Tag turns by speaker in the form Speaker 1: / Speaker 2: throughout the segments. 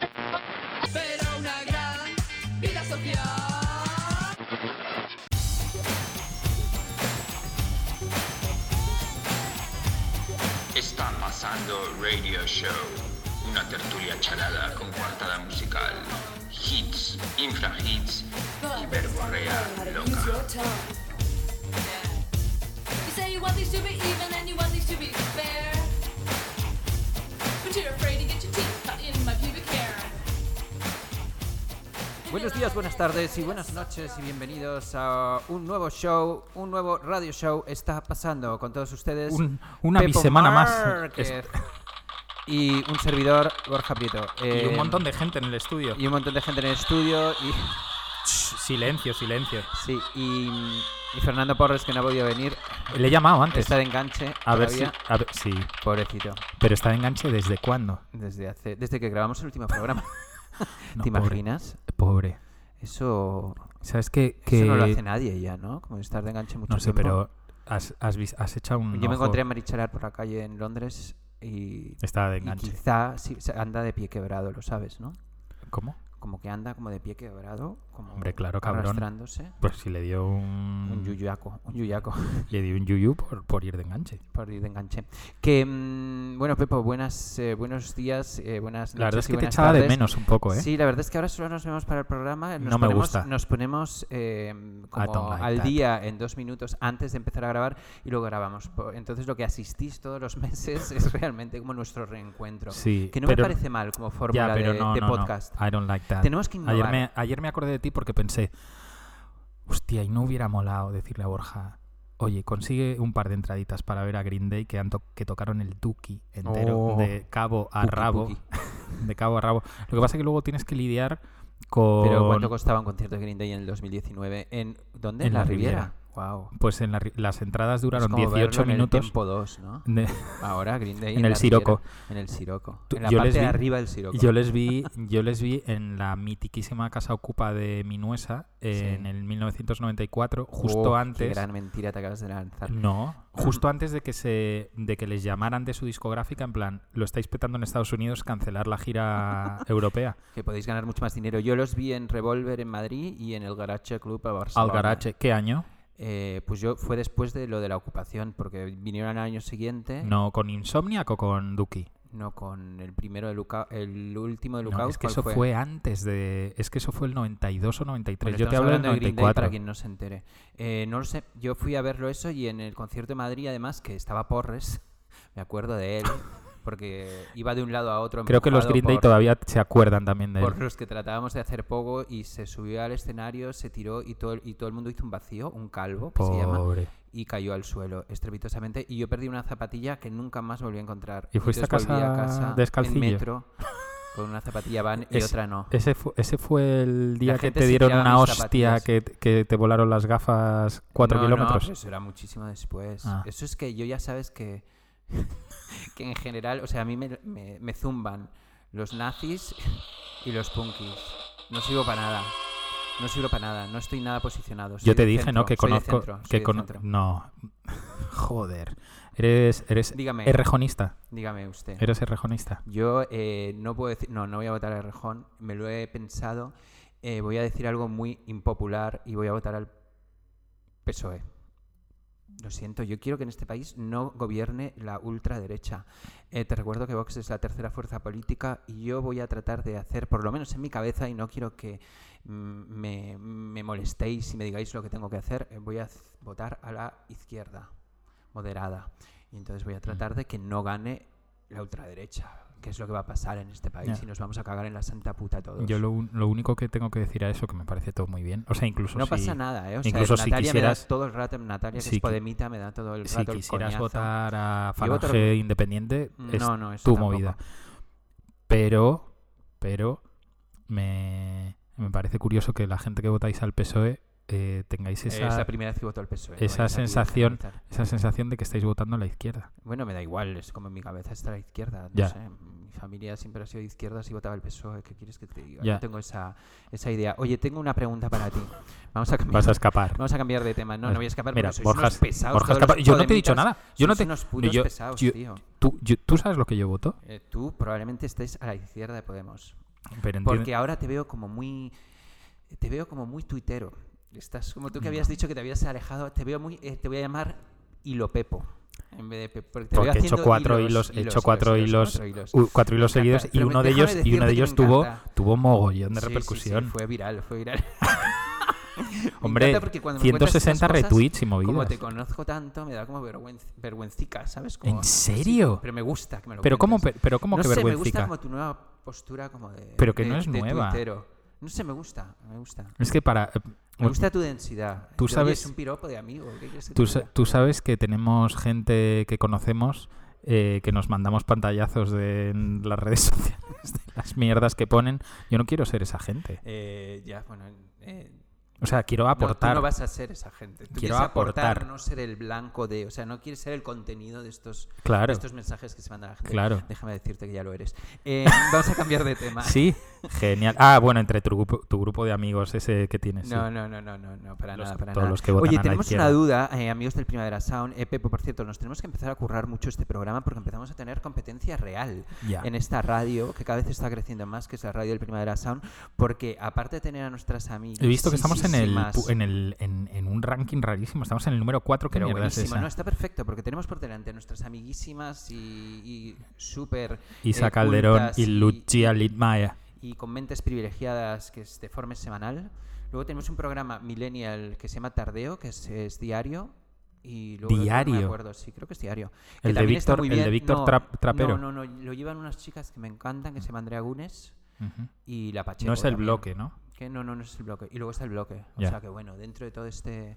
Speaker 1: Pero una gran vida social.
Speaker 2: Está pasando Radio Show, una tertulia charada con cuartada musical, hits, infrahits y verborrea loca.
Speaker 1: You say you want things to be even and you want things to be fair. But you're afraid to get your teeth cut in my pubic hair.
Speaker 3: Buenos días, buenas tardes y buenas noches y bienvenidos a un nuvo show, un nuevo radio show está pasando con todos ustedes.
Speaker 4: Un- una
Speaker 3: Pepo
Speaker 4: bisemana más.
Speaker 3: Márquez
Speaker 4: Es-
Speaker 3: Y un servidor, Borja Prieto.
Speaker 4: Y
Speaker 3: Eh,
Speaker 4: un montón de gente en el estudio.
Speaker 3: y un montón de gente en el estudio y,
Speaker 4: Ch, silencio, silencio.
Speaker 3: sí, y, y Fernando Porres que no ha podido venir,
Speaker 4: Le he llamado antes.
Speaker 3: está de enganche.
Speaker 4: A ver si.
Speaker 3: todavía.
Speaker 4: A ver, sí.
Speaker 3: Pobrecito,
Speaker 4: Pero está de enganche desde cuándo.
Speaker 3: desde, hace, desde que grabamos el último programa.
Speaker 4: No,
Speaker 3: ¿Te
Speaker 4: pobre.
Speaker 3: imaginas?
Speaker 4: Pobre.
Speaker 3: Eso,
Speaker 4: ¿Sabes qué?
Speaker 3: eso
Speaker 4: Que-
Speaker 3: no lo hace nadie ya, ¿no? Como estar de enganche mucho
Speaker 4: no sé,
Speaker 3: tiempo.
Speaker 4: pero has, has, vis- has echado un.
Speaker 3: Yo me
Speaker 4: ojo.
Speaker 3: encontré a Marichalar por la calle en Londres y,
Speaker 4: Está de
Speaker 3: y
Speaker 4: enganche.
Speaker 3: quizá sí, se- anda de pie quebrado, lo sabes, ¿no?
Speaker 4: ¿Cómo?
Speaker 3: Como que anda como de pie quebrado, como
Speaker 4: Hombre, claro, cabrón. Mm.
Speaker 3: arrastrándose.
Speaker 4: Pues si le dio un.
Speaker 3: Un yuyaco, un yuyaco,
Speaker 4: Le dio un yuyu por, por ir de enganche.
Speaker 3: por ir de enganche. Que, mm, bueno, Pepo, buenas, eh, buenos días, eh, buenas noches.
Speaker 4: La verdad es
Speaker 3: y
Speaker 4: que te
Speaker 3: buenas
Speaker 4: echaba de
Speaker 3: tardes.
Speaker 4: menos un poco, ¿eh?
Speaker 3: Sí, la verdad es que ahora solo nos vemos para el programa. Nos
Speaker 4: No me
Speaker 3: ponemos,
Speaker 4: gusta.
Speaker 3: Nos ponemos eh, como
Speaker 4: don't like
Speaker 3: al
Speaker 4: that.
Speaker 3: día en dos minutos antes de empezar a grabar y luego grabamos. Po- Entonces lo que asistís todos los meses es realmente como nuestro reencuentro.
Speaker 4: Sí,
Speaker 3: que no
Speaker 4: pero-
Speaker 3: me parece mal como fórmula
Speaker 4: Ya, pero
Speaker 3: de,
Speaker 4: no,
Speaker 3: de
Speaker 4: no, no.
Speaker 3: podcast.
Speaker 4: I don't like that.
Speaker 3: Tenemos que
Speaker 4: Ayer
Speaker 3: innovar.
Speaker 4: me, ayer me acordé de ti porque pensé, hostia, y no hubiera molado decirle a Borja, oye, consigue un par de entraditas para ver a Green Day que, han to- que tocaron el Duki entero,
Speaker 3: Oh.
Speaker 4: de cabo a
Speaker 3: Puki,
Speaker 4: rabo.
Speaker 3: puki.
Speaker 4: De cabo a rabo. Lo que pasa es que luego tienes que lidiar con...
Speaker 3: Pero ¿cuánto costaba un concierto de Green Day en el 2019? ¿En dónde?
Speaker 4: En
Speaker 3: la
Speaker 4: la
Speaker 3: Riviera. Wow.
Speaker 4: Pues en la ri- las entradas duraron 18
Speaker 3: En el
Speaker 4: minutos.
Speaker 3: tiempo 2, ¿no?
Speaker 4: De-
Speaker 3: Ahora Green Day
Speaker 4: En
Speaker 3: la
Speaker 4: el Siroco.
Speaker 3: Riviera. En el Siroco.
Speaker 4: Tú-
Speaker 3: en la
Speaker 4: yo
Speaker 3: parte
Speaker 4: les
Speaker 3: de
Speaker 4: vi-
Speaker 3: arriba del Siroco.
Speaker 4: Yo les vi, yo les vi en la mitiquísima casa ocupa de Minuesa eh,
Speaker 3: Sí.
Speaker 4: en el 1994,
Speaker 3: Oh,
Speaker 4: justo
Speaker 3: qué
Speaker 4: antes.
Speaker 3: gran mentira te acabas de lanzar.
Speaker 4: No, justo antes de que se de que les llamaran de su discográfica en plan, lo estáis petando en Estados Unidos, cancelar la gira europea.
Speaker 3: Que podéis ganar mucho más dinero. Yo los vi en Revolver en Madrid y en el Garache Club a
Speaker 4: Al
Speaker 3: Barcelona.
Speaker 4: Garache, ¿qué año?
Speaker 3: Eh, pues yo fue después de lo de la ocupación, porque vinieron al año siguiente.
Speaker 4: No, con Insomniac o con Duki.
Speaker 3: No, con el primero de Luca, el último de
Speaker 4: No,
Speaker 3: Lucas.
Speaker 4: es que eso fue? antes de es que eso fue el 92 o 93. Yo te hablo del
Speaker 3: hablando de Green Day
Speaker 4: 94.
Speaker 3: para quien no se entere. Eh, no lo sé, yo fui a verlo eso y en el concierto de Madrid, además, que estaba Porres, me acuerdo de él, porque iba de un lado a otro.
Speaker 4: Creo que los
Speaker 3: empujado
Speaker 4: Green Day
Speaker 3: por-
Speaker 4: todavía se acuerdan también de él.
Speaker 3: por los que tratábamos de hacer poco y se subió al escenario, se tiró y todo, el- y todo el mundo hizo un vacío, un calvo, que se llama,
Speaker 4: Pobre.
Speaker 3: y cayó al suelo estrepitosamente. Y yo perdí una zapatilla que nunca más volví a encontrar.
Speaker 4: ¿Y fuiste a
Speaker 3: Entonces volví
Speaker 4: casa
Speaker 3: en
Speaker 4: descalcillo?
Speaker 3: metro con una zapatilla van y
Speaker 4: Es-
Speaker 3: otra no.
Speaker 4: Ese fue, ese fue el día que
Speaker 3: gente
Speaker 4: te
Speaker 3: se
Speaker 4: dieron
Speaker 3: tiraba
Speaker 4: una
Speaker 3: mis
Speaker 4: hostia
Speaker 3: zapatillas.
Speaker 4: que, que te volaron las gafas
Speaker 3: No,
Speaker 4: 4
Speaker 3: pues no,
Speaker 4: kilómetros.
Speaker 3: pero eso era muchísimo después.
Speaker 4: Ah.
Speaker 3: Eso es que yo ya sabes que, que en general, o sea, a mí me, me- me zumban los nazis y los punkis. No sirvo para nada. No sirvo para nada. No estoy nada posicionado. Soy
Speaker 4: Pues Yo te
Speaker 3: de
Speaker 4: dije, ¿no?
Speaker 3: centro, soy
Speaker 4: Que
Speaker 3: de
Speaker 4: conozco.
Speaker 3: centro, soy
Speaker 4: que
Speaker 3: de
Speaker 4: cono-
Speaker 3: centro.
Speaker 4: No. Joder. Eres. Eres.
Speaker 3: Dígame.
Speaker 4: Errejonista.
Speaker 3: Dígame usted.
Speaker 4: Eres errejonista.
Speaker 3: Yo eh, no puedo decir, no, no voy a votar a Rejón, me lo he pensado, eh, voy a decir algo muy impopular y voy a votar al PSOE. E. Lo siento, yo quiero que en este país no gobierne la ultraderecha. Eh, te recuerdo que Vox es la tercera fuerza política y yo voy a tratar de hacer, por lo menos en mi cabeza, y no quiero que mm, me, me molestéis y me digáis lo que tengo que hacer, eh, voy a z- votar a la izquierda moderada. Y entonces voy a tratar de que no gane la ultraderecha, que es lo que va a pasar en este país
Speaker 4: Ya.
Speaker 3: y nos vamos a cagar en la santa puta todos.
Speaker 4: Yo lo, un- lo único que tengo que decir a eso, que me parece todo muy bien. O sea, incluso
Speaker 3: no
Speaker 4: si,
Speaker 3: pasa nada, ¿eh? O
Speaker 4: Pues incluso
Speaker 3: sea,
Speaker 4: si
Speaker 3: Natalia me
Speaker 4: quisieras-
Speaker 3: da todo el rato, Natalia, que
Speaker 4: si
Speaker 3: es
Speaker 4: qui-
Speaker 3: podemita, me da todo el
Speaker 4: si
Speaker 3: rato el
Speaker 4: quisieras
Speaker 3: coñazo.
Speaker 4: votar a
Speaker 3: Yo voto
Speaker 4: Falange
Speaker 3: lo-
Speaker 4: Independiente, es
Speaker 3: No, no, eso
Speaker 4: tu
Speaker 3: tampoco.
Speaker 4: movida. Pero. Pero. Me, me parece curioso que la gente que votáis al PSOE eh, tengáis
Speaker 3: Esa, es
Speaker 4: esa,
Speaker 3: la primera vez que voto al PSOE. E, no
Speaker 4: esa
Speaker 3: es la que voy a
Speaker 4: sensación-
Speaker 3: generalizar.
Speaker 4: esa sensación de que estáis votando a la izquierda.
Speaker 3: Bueno, me da igual, es como en mi cabeza está a la izquierda. No
Speaker 4: Ya.
Speaker 3: sé, mi familia siempre ha sido de izquierda y votaba el PSOE. E, ¿Qué quieres que te diga?
Speaker 4: Ya.
Speaker 3: No tengo esa, esa idea. Oye, tengo una pregunta para ti. Vamos a cambiar.
Speaker 4: Vas a escapar.
Speaker 3: Vamos a cambiar de tema. No, no voy a escapar
Speaker 4: Mira,
Speaker 3: porque sois
Speaker 4: Borja
Speaker 3: unos
Speaker 4: es-
Speaker 3: pesados.
Speaker 4: Borja es
Speaker 3: todos los
Speaker 4: capaz- yo no te he dicho
Speaker 3: podemitas.
Speaker 4: nada. Yo no
Speaker 3: Sois
Speaker 4: te-
Speaker 3: unos putos
Speaker 4: yo-
Speaker 3: pesados,
Speaker 4: yo-
Speaker 3: tío.
Speaker 4: ¿Tú, yo- tú sabes lo que yo voto?
Speaker 3: Eh, tú probablemente estés a la izquierda de Podemos.
Speaker 4: Pero entiende-
Speaker 3: Porque ahora te veo como muy. Te veo como muy tuitero. Estás como tú que habías dicho que te habías alejado. Te veo muy. eh, te voy a llamar Hilo Pepo. En vez de Pe- Porque, te veo
Speaker 4: Porque he hecho
Speaker 3: haciendo
Speaker 4: cuatro hilos, he hecho cuatro hilos, Uh, u- cuatro hilos
Speaker 3: Me encanta.
Speaker 4: seguidos y
Speaker 3: Pero
Speaker 4: uno de
Speaker 3: déjame
Speaker 4: ellos y uno
Speaker 3: decirte que
Speaker 4: de
Speaker 3: me
Speaker 4: ellos tuvo
Speaker 3: encanta.
Speaker 4: tuvo mogollón
Speaker 3: Sí, sí,
Speaker 4: de
Speaker 3: sí,
Speaker 4: repercusión.
Speaker 3: fue viral, fue viral. Me
Speaker 4: Hombre,
Speaker 3: encanta porque cuando me cuentas estas
Speaker 4: 160
Speaker 3: cosas,
Speaker 4: retweets y
Speaker 3: Como
Speaker 4: movidas.
Speaker 3: te conozco tanto, me da como vergüenza, vergüencica, ¿sabes? Como-
Speaker 4: ¿En serio?
Speaker 3: sí, pero me gusta que me lo
Speaker 4: Pero cómo
Speaker 3: cuentes.
Speaker 4: pe- pero cómo
Speaker 3: no
Speaker 4: que
Speaker 3: sé, me
Speaker 4: vergüencica?
Speaker 3: gusta como tu nueva postura como de
Speaker 4: Pero que
Speaker 3: de-
Speaker 4: no es
Speaker 3: de
Speaker 4: nueva.
Speaker 3: tuitero. No sé, me gusta, me gusta.
Speaker 4: Es que para eh,
Speaker 3: Me gusta tu densidad.
Speaker 4: Tú
Speaker 3: Oye,
Speaker 4: sabes-
Speaker 3: es un piropo de amigo. ¿qué quieres que
Speaker 4: tú,
Speaker 3: te
Speaker 4: sa-
Speaker 3: diga?
Speaker 4: tú sabes que tenemos gente que conocemos eh, que nos mandamos pantallazos de en las redes sociales de las mierdas que ponen. Yo no quiero ser esa gente.
Speaker 3: Eh, ya, bueno. eh,
Speaker 4: O sea, quiero
Speaker 3: no, tú
Speaker 4: aportar.
Speaker 3: no vas a ser esa gente. Tú
Speaker 4: Quiero
Speaker 3: quieres aportar,
Speaker 4: aportar.
Speaker 3: no ser el blanco de. O sea, no quieres ser el contenido de estos, de
Speaker 4: Claro.
Speaker 3: estos mensajes que se mandan a la gente.
Speaker 4: Claro.
Speaker 3: Déjame decirte que ya lo eres. Eh, vamos a cambiar de tema.
Speaker 4: Sí, genial. Ah, bueno, entre tu grupo, tu grupo de amigos ese que tienes. sí.
Speaker 3: No, no, no, no, no, no, para
Speaker 4: Los-
Speaker 3: nada, para
Speaker 4: todos
Speaker 3: nada.
Speaker 4: los que votan a
Speaker 3: Oye,
Speaker 4: la
Speaker 3: tenemos una
Speaker 4: izquierda.
Speaker 3: duda, eh, amigos del Primavera Sound. Eh, Pepo, por cierto, nos tenemos que empezar a currar mucho este programa porque empezamos a tener competencia real
Speaker 4: Ya.
Speaker 3: en esta radio que cada vez está creciendo más, que es la radio del Primavera Sound, porque aparte de tener a nuestras amigas...
Speaker 4: He visto que estamos en el, pu- en el en, en un ranking rarísimo. Estamos en el número 4. ¿Qué
Speaker 3: Pero
Speaker 4: mierda es
Speaker 3: buenísimo,
Speaker 4: esa?
Speaker 3: no, está perfecto, porque tenemos por delante a nuestras amiguísimas y, y súper...
Speaker 4: Isa
Speaker 3: eh,
Speaker 4: Calderón
Speaker 3: cultas
Speaker 4: y Lucia Litmaya.
Speaker 3: y con mentes privilegiadas que es de forma semanal. Luego tenemos un programa millennial que se llama Tardeo, que es, es diario. Y luego el otro No me
Speaker 4: Diario.
Speaker 3: acuerdo, sí, creo que es diario.
Speaker 4: El
Speaker 3: Que
Speaker 4: de
Speaker 3: también está
Speaker 4: Víctor-
Speaker 3: muy
Speaker 4: el de
Speaker 3: bien.
Speaker 4: Víctor
Speaker 3: No,
Speaker 4: Trap- Trapero.
Speaker 3: No, no, no, lo llevan unas chicas que me encantan, que se llaman Andrea Gunes
Speaker 4: Ujú.
Speaker 3: y La Pacheco.
Speaker 4: No es el
Speaker 3: también.
Speaker 4: bloque, ¿no?
Speaker 3: Que no, no, no es el bloque. Y luego está el bloque. O
Speaker 4: Ya.
Speaker 3: sea que bueno, dentro de todo este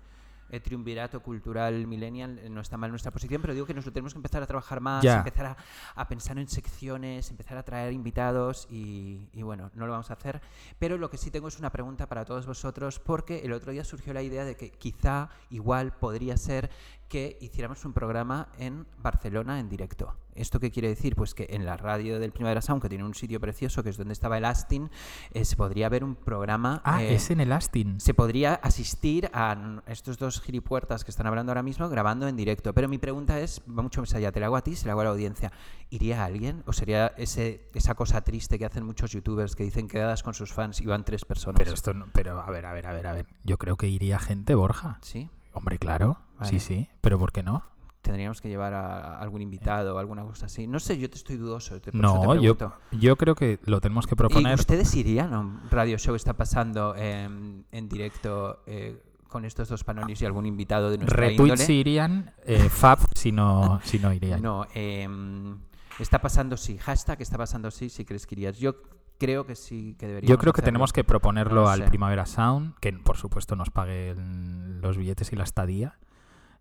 Speaker 3: eh, triunvirato cultural millennial eh, no está mal nuestra posición, pero digo que nos lo tenemos que empezar a trabajar más,
Speaker 4: Ya.
Speaker 3: empezar a, a pensar en secciones, empezar a traer invitados y, y bueno, no lo vamos a hacer. Pero lo que sí tengo es una pregunta para todos vosotros, porque el otro día surgió la idea de que quizá igual podría ser que hiciéramos un programa en Barcelona en directo. ¿Esto qué quiere decir? Pues que en la radio del Primavera Sound, que tiene un sitio precioso, que es donde estaba el Astin, eh, se podría ver un programa...
Speaker 4: Ah,
Speaker 3: eh,
Speaker 4: es en el Astin.
Speaker 3: se podría asistir a n- estos dos gilipuertas que están hablando ahora mismo grabando en directo. Pero mi pregunta es, va mucho más allá, te la hago a ti, se la hago a la audiencia. ¿Iría alguien? ¿O sería ese, esa cosa triste que hacen muchos youtubers que dicen quedadas con sus fans y van tres personas?
Speaker 4: Pero esto no- pero a ver, a ver, a ver, a ver. Yo creo que iría gente, Borja.
Speaker 3: Sí,
Speaker 4: Hombre, claro.
Speaker 3: Vale.
Speaker 4: Sí, sí. Pero ¿por qué no?
Speaker 3: tendríamos que llevar a a algún invitado o alguna cosa así. No sé, yo te estoy dudoso. te- por eso
Speaker 4: No,
Speaker 3: te
Speaker 4: yo,
Speaker 3: pregunto.
Speaker 4: yo creo que lo tenemos que
Speaker 3: ¿Y
Speaker 4: proponer.
Speaker 3: ¿Ustedes irían a un radio show está pasando eh, en directo eh, con estos dos panonis y algún invitado de nuestra índole?
Speaker 4: Retweets si irían, eh, Fab si no, si no irían.
Speaker 3: No, em, está pasando sí. Hashtag está pasando sí, si crees que irías. Yo creo que sí que deberíamos
Speaker 4: Yo creo que
Speaker 3: hacerlo.
Speaker 4: tenemos que proponerlo
Speaker 3: No lo
Speaker 4: al
Speaker 3: sé.
Speaker 4: Primavera Sound, que por supuesto nos paguen los billetes y la estadía,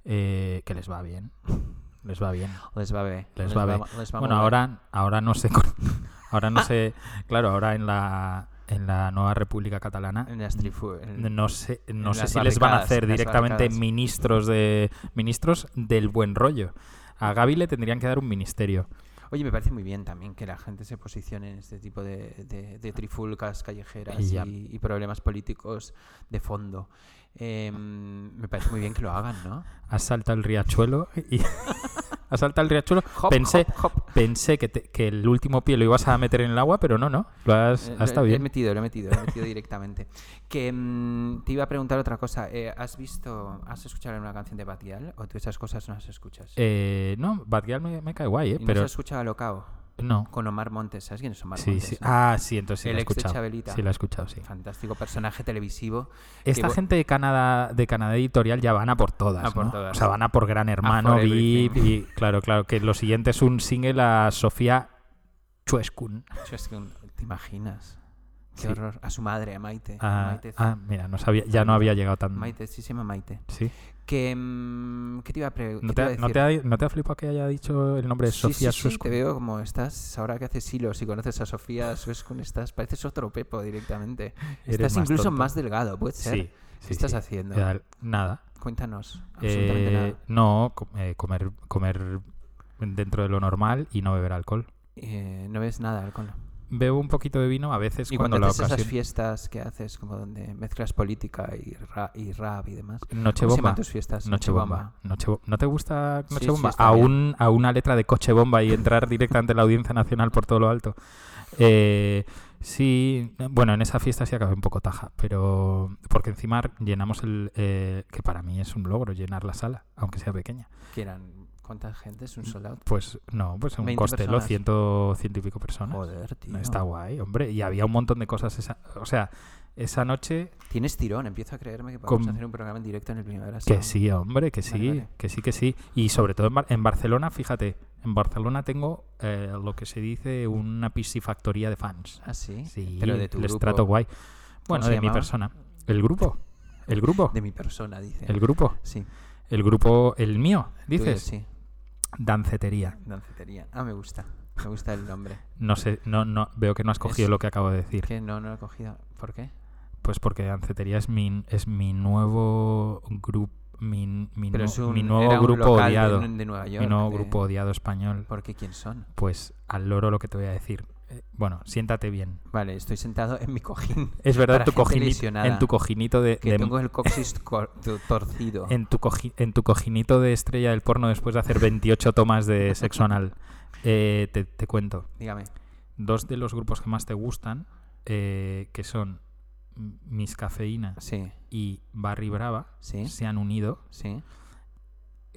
Speaker 4: eh, que les va bien. Les va bien.
Speaker 3: Les va a ver.
Speaker 4: Les va bien.
Speaker 3: les va
Speaker 4: Bueno,
Speaker 3: muy bien.
Speaker 4: ahora, ahora no sé. con- Ahora no sé. Claro, ahora en la, en la nueva República Catalana.
Speaker 3: En las trifu- en-
Speaker 4: No sé, no
Speaker 3: en
Speaker 4: sé
Speaker 3: las
Speaker 4: si les van a
Speaker 3: barricadas,
Speaker 4: hacer
Speaker 3: en las
Speaker 4: directamente
Speaker 3: barricadas.
Speaker 4: ministros de ministros del buen rollo. A Gaby le tendrían que dar un ministerio.
Speaker 3: Oye, me parece muy bien también que la gente se posicione en este tipo de, de- de trifulcas callejeras
Speaker 4: Y
Speaker 3: y,
Speaker 4: ya.
Speaker 3: y problemas políticos de fondo. Em, me parece muy bien que lo hagan, ¿no?
Speaker 4: Asalta el riachuelo y asalta el riachuelo.
Speaker 3: Hop,
Speaker 4: pensé,
Speaker 3: hop, hop.
Speaker 4: pensé que, te- que el último pie lo ibas a meter en el agua, pero no, no. Lo has,
Speaker 3: Eh,
Speaker 4: has
Speaker 3: lo-
Speaker 4: estado
Speaker 3: Lo he
Speaker 4: Ah, bien.
Speaker 3: metido, lo he metido, lo he metido directamente. Que mm, te iba a preguntar otra cosa. eh, ¿Has visto, has escuchado alguna canción de Batial? ¿O tú esas cosas no las escuchas?
Speaker 4: Eh, no, Batgirl me, me cae guay, eh,
Speaker 3: ¿Y no
Speaker 4: pero
Speaker 3: has escuchado a Locao?
Speaker 4: no.
Speaker 3: Con Omar Montes, ¿sabes quién es Omar
Speaker 4: Sí,
Speaker 3: Montes?
Speaker 4: sí.
Speaker 3: no?
Speaker 4: Ah, sí, entonces sí
Speaker 3: El
Speaker 4: la he
Speaker 3: ex de
Speaker 4: escuchado.
Speaker 3: Chabelita.
Speaker 4: Sí, la he escuchado, sí.
Speaker 3: Fantástico personaje televisivo. que
Speaker 4: Esta
Speaker 3: bu-
Speaker 4: gente de Canadá, de Canadá Editorial ya van a por todas.
Speaker 3: A por
Speaker 4: ¿no?
Speaker 3: todas.
Speaker 4: O sea, van a por Gran Hermano, VIP.
Speaker 3: everything.
Speaker 4: Y, claro, claro, que lo siguiente es un single a Sofía Chueskun.
Speaker 3: Yo es que un- ¿Te imaginas? Qué
Speaker 4: Sí.
Speaker 3: horror. A su madre, a Maite. a
Speaker 4: Ah,
Speaker 3: Maite,
Speaker 4: ah, mira, no sabía, ya no había llegado tan...
Speaker 3: Maite, sí se llama Maite.
Speaker 4: Sí.
Speaker 3: Que, mm, ¿Qué te iba a preguntar?
Speaker 4: ¿No te, ha- no te ha, no te ha flipado que haya dicho el nombre de
Speaker 3: Sí,
Speaker 4: Sofía
Speaker 3: sí, sí,
Speaker 4: Susco?
Speaker 3: te veo como estás, ahora que haces hilos y conoces a Sofía Suescun, estás, pareces otro Pepo directamente.
Speaker 4: Eres
Speaker 3: estás
Speaker 4: más
Speaker 3: incluso
Speaker 4: tonto.
Speaker 3: más delgado, puede ser.
Speaker 4: Sí,
Speaker 3: ¿Qué
Speaker 4: sí,
Speaker 3: estás
Speaker 4: sí.
Speaker 3: haciendo?
Speaker 4: Eh, Nada.
Speaker 3: Cuéntanos. Absolutamente
Speaker 4: Eh,
Speaker 3: nada.
Speaker 4: No, co- eh, comer, comer dentro de lo normal y no beber alcohol.
Speaker 3: Eh, no ves nada de alcohol.
Speaker 4: Bebo un poquito de vino a veces
Speaker 3: Y
Speaker 4: cuando,
Speaker 3: cuando, haces
Speaker 4: la
Speaker 3: esas
Speaker 4: ocasión...
Speaker 3: fiestas que haces, como donde mezclas política y, ra- y rap y demás. ¿Cómo se
Speaker 4: Nochebomba.
Speaker 3: llaman tus fiestas?
Speaker 4: Nochebomba. Nochebo- ¿No te gusta
Speaker 3: Sí,
Speaker 4: Nochebomba?
Speaker 3: sí, está
Speaker 4: a,
Speaker 3: bien.
Speaker 4: un- a una letra de coche bomba y entrar directamente en la audiencia nacional por todo lo alto. Eh, sí, bueno, en esa fiesta sí acabé un poco taja, pero porque encima llenamos el... eh, que para mí es un logro llenar la sala, aunque sea pequeña.
Speaker 3: Que eran, ¿cuánta gente? ¿Es un soldado?
Speaker 4: Pues no, pues un
Speaker 3: 20
Speaker 4: costelo,
Speaker 3: personas.
Speaker 4: ciento, ciento y pico personas.
Speaker 3: Joder, tío.
Speaker 4: Está guay, hombre. Y había un montón de cosas. Esa, o sea, esa noche
Speaker 3: Tienes tirón, empiezo a creerme que podemos
Speaker 4: Con-
Speaker 3: hacer un programa en directo en el Primavera
Speaker 4: Que
Speaker 3: Sound.
Speaker 4: sí, hombre, que sí,
Speaker 3: Vale, vale.
Speaker 4: que sí, que sí. Y sobre todo en, Bar- en Barcelona, fíjate, en Barcelona tengo eh, lo que se dice una piscifactoría de fans.
Speaker 3: Ah, sí.
Speaker 4: Sí,
Speaker 3: Pero de tu
Speaker 4: les
Speaker 3: grupo,
Speaker 4: trato guay. Bueno,
Speaker 3: se
Speaker 4: de mi
Speaker 3: llamaba?
Speaker 4: persona. El grupo. El grupo.
Speaker 3: De mi persona, dice.
Speaker 4: El grupo.
Speaker 3: Sí.
Speaker 4: El grupo, el mío,
Speaker 3: tuyo,
Speaker 4: dices.
Speaker 3: Sí,
Speaker 4: Dancetería.
Speaker 3: dancetería. Ah, me gusta. Me gusta el nombre.
Speaker 4: No sé, no, no, veo que no has cogido
Speaker 3: Es-
Speaker 4: lo que acabo de decir.
Speaker 3: Que no, no lo he cogido. ¿Por qué?
Speaker 4: Pues porque Dancetería es mi, es mi nuevo grupo. Mi, mi
Speaker 3: Pero
Speaker 4: nu-
Speaker 3: es un,
Speaker 4: mi
Speaker 3: era
Speaker 4: nuevo
Speaker 3: un
Speaker 4: grupo
Speaker 3: local de-
Speaker 4: odiado.
Speaker 3: De, Nueva York.
Speaker 4: mi nuevo
Speaker 3: de-
Speaker 4: grupo odiado español.
Speaker 3: ¿Por qué quién son?
Speaker 4: Pues al loro lo que te voy a decir. Eh, Bueno, siéntate bien.
Speaker 3: Vale, estoy sentado en mi cojín.
Speaker 4: Es verdad,
Speaker 3: Para
Speaker 4: tu
Speaker 3: gente
Speaker 4: cojinito,
Speaker 3: lesionada,
Speaker 4: en tu cojinito de,
Speaker 3: Que
Speaker 4: de-
Speaker 3: tengo el coxis cor- to- torcido.
Speaker 4: en tu coji- en tu cojinito de estrella del porno después de hacer 28 tomas de sexo anal. Eh, te, te cuento.
Speaker 3: Dígame.
Speaker 4: Dos de los grupos que más te gustan, eh, que son M- Mis Cafeína
Speaker 3: Sí,
Speaker 4: y Barry Brava,
Speaker 3: sí,
Speaker 4: se han unido
Speaker 3: sí.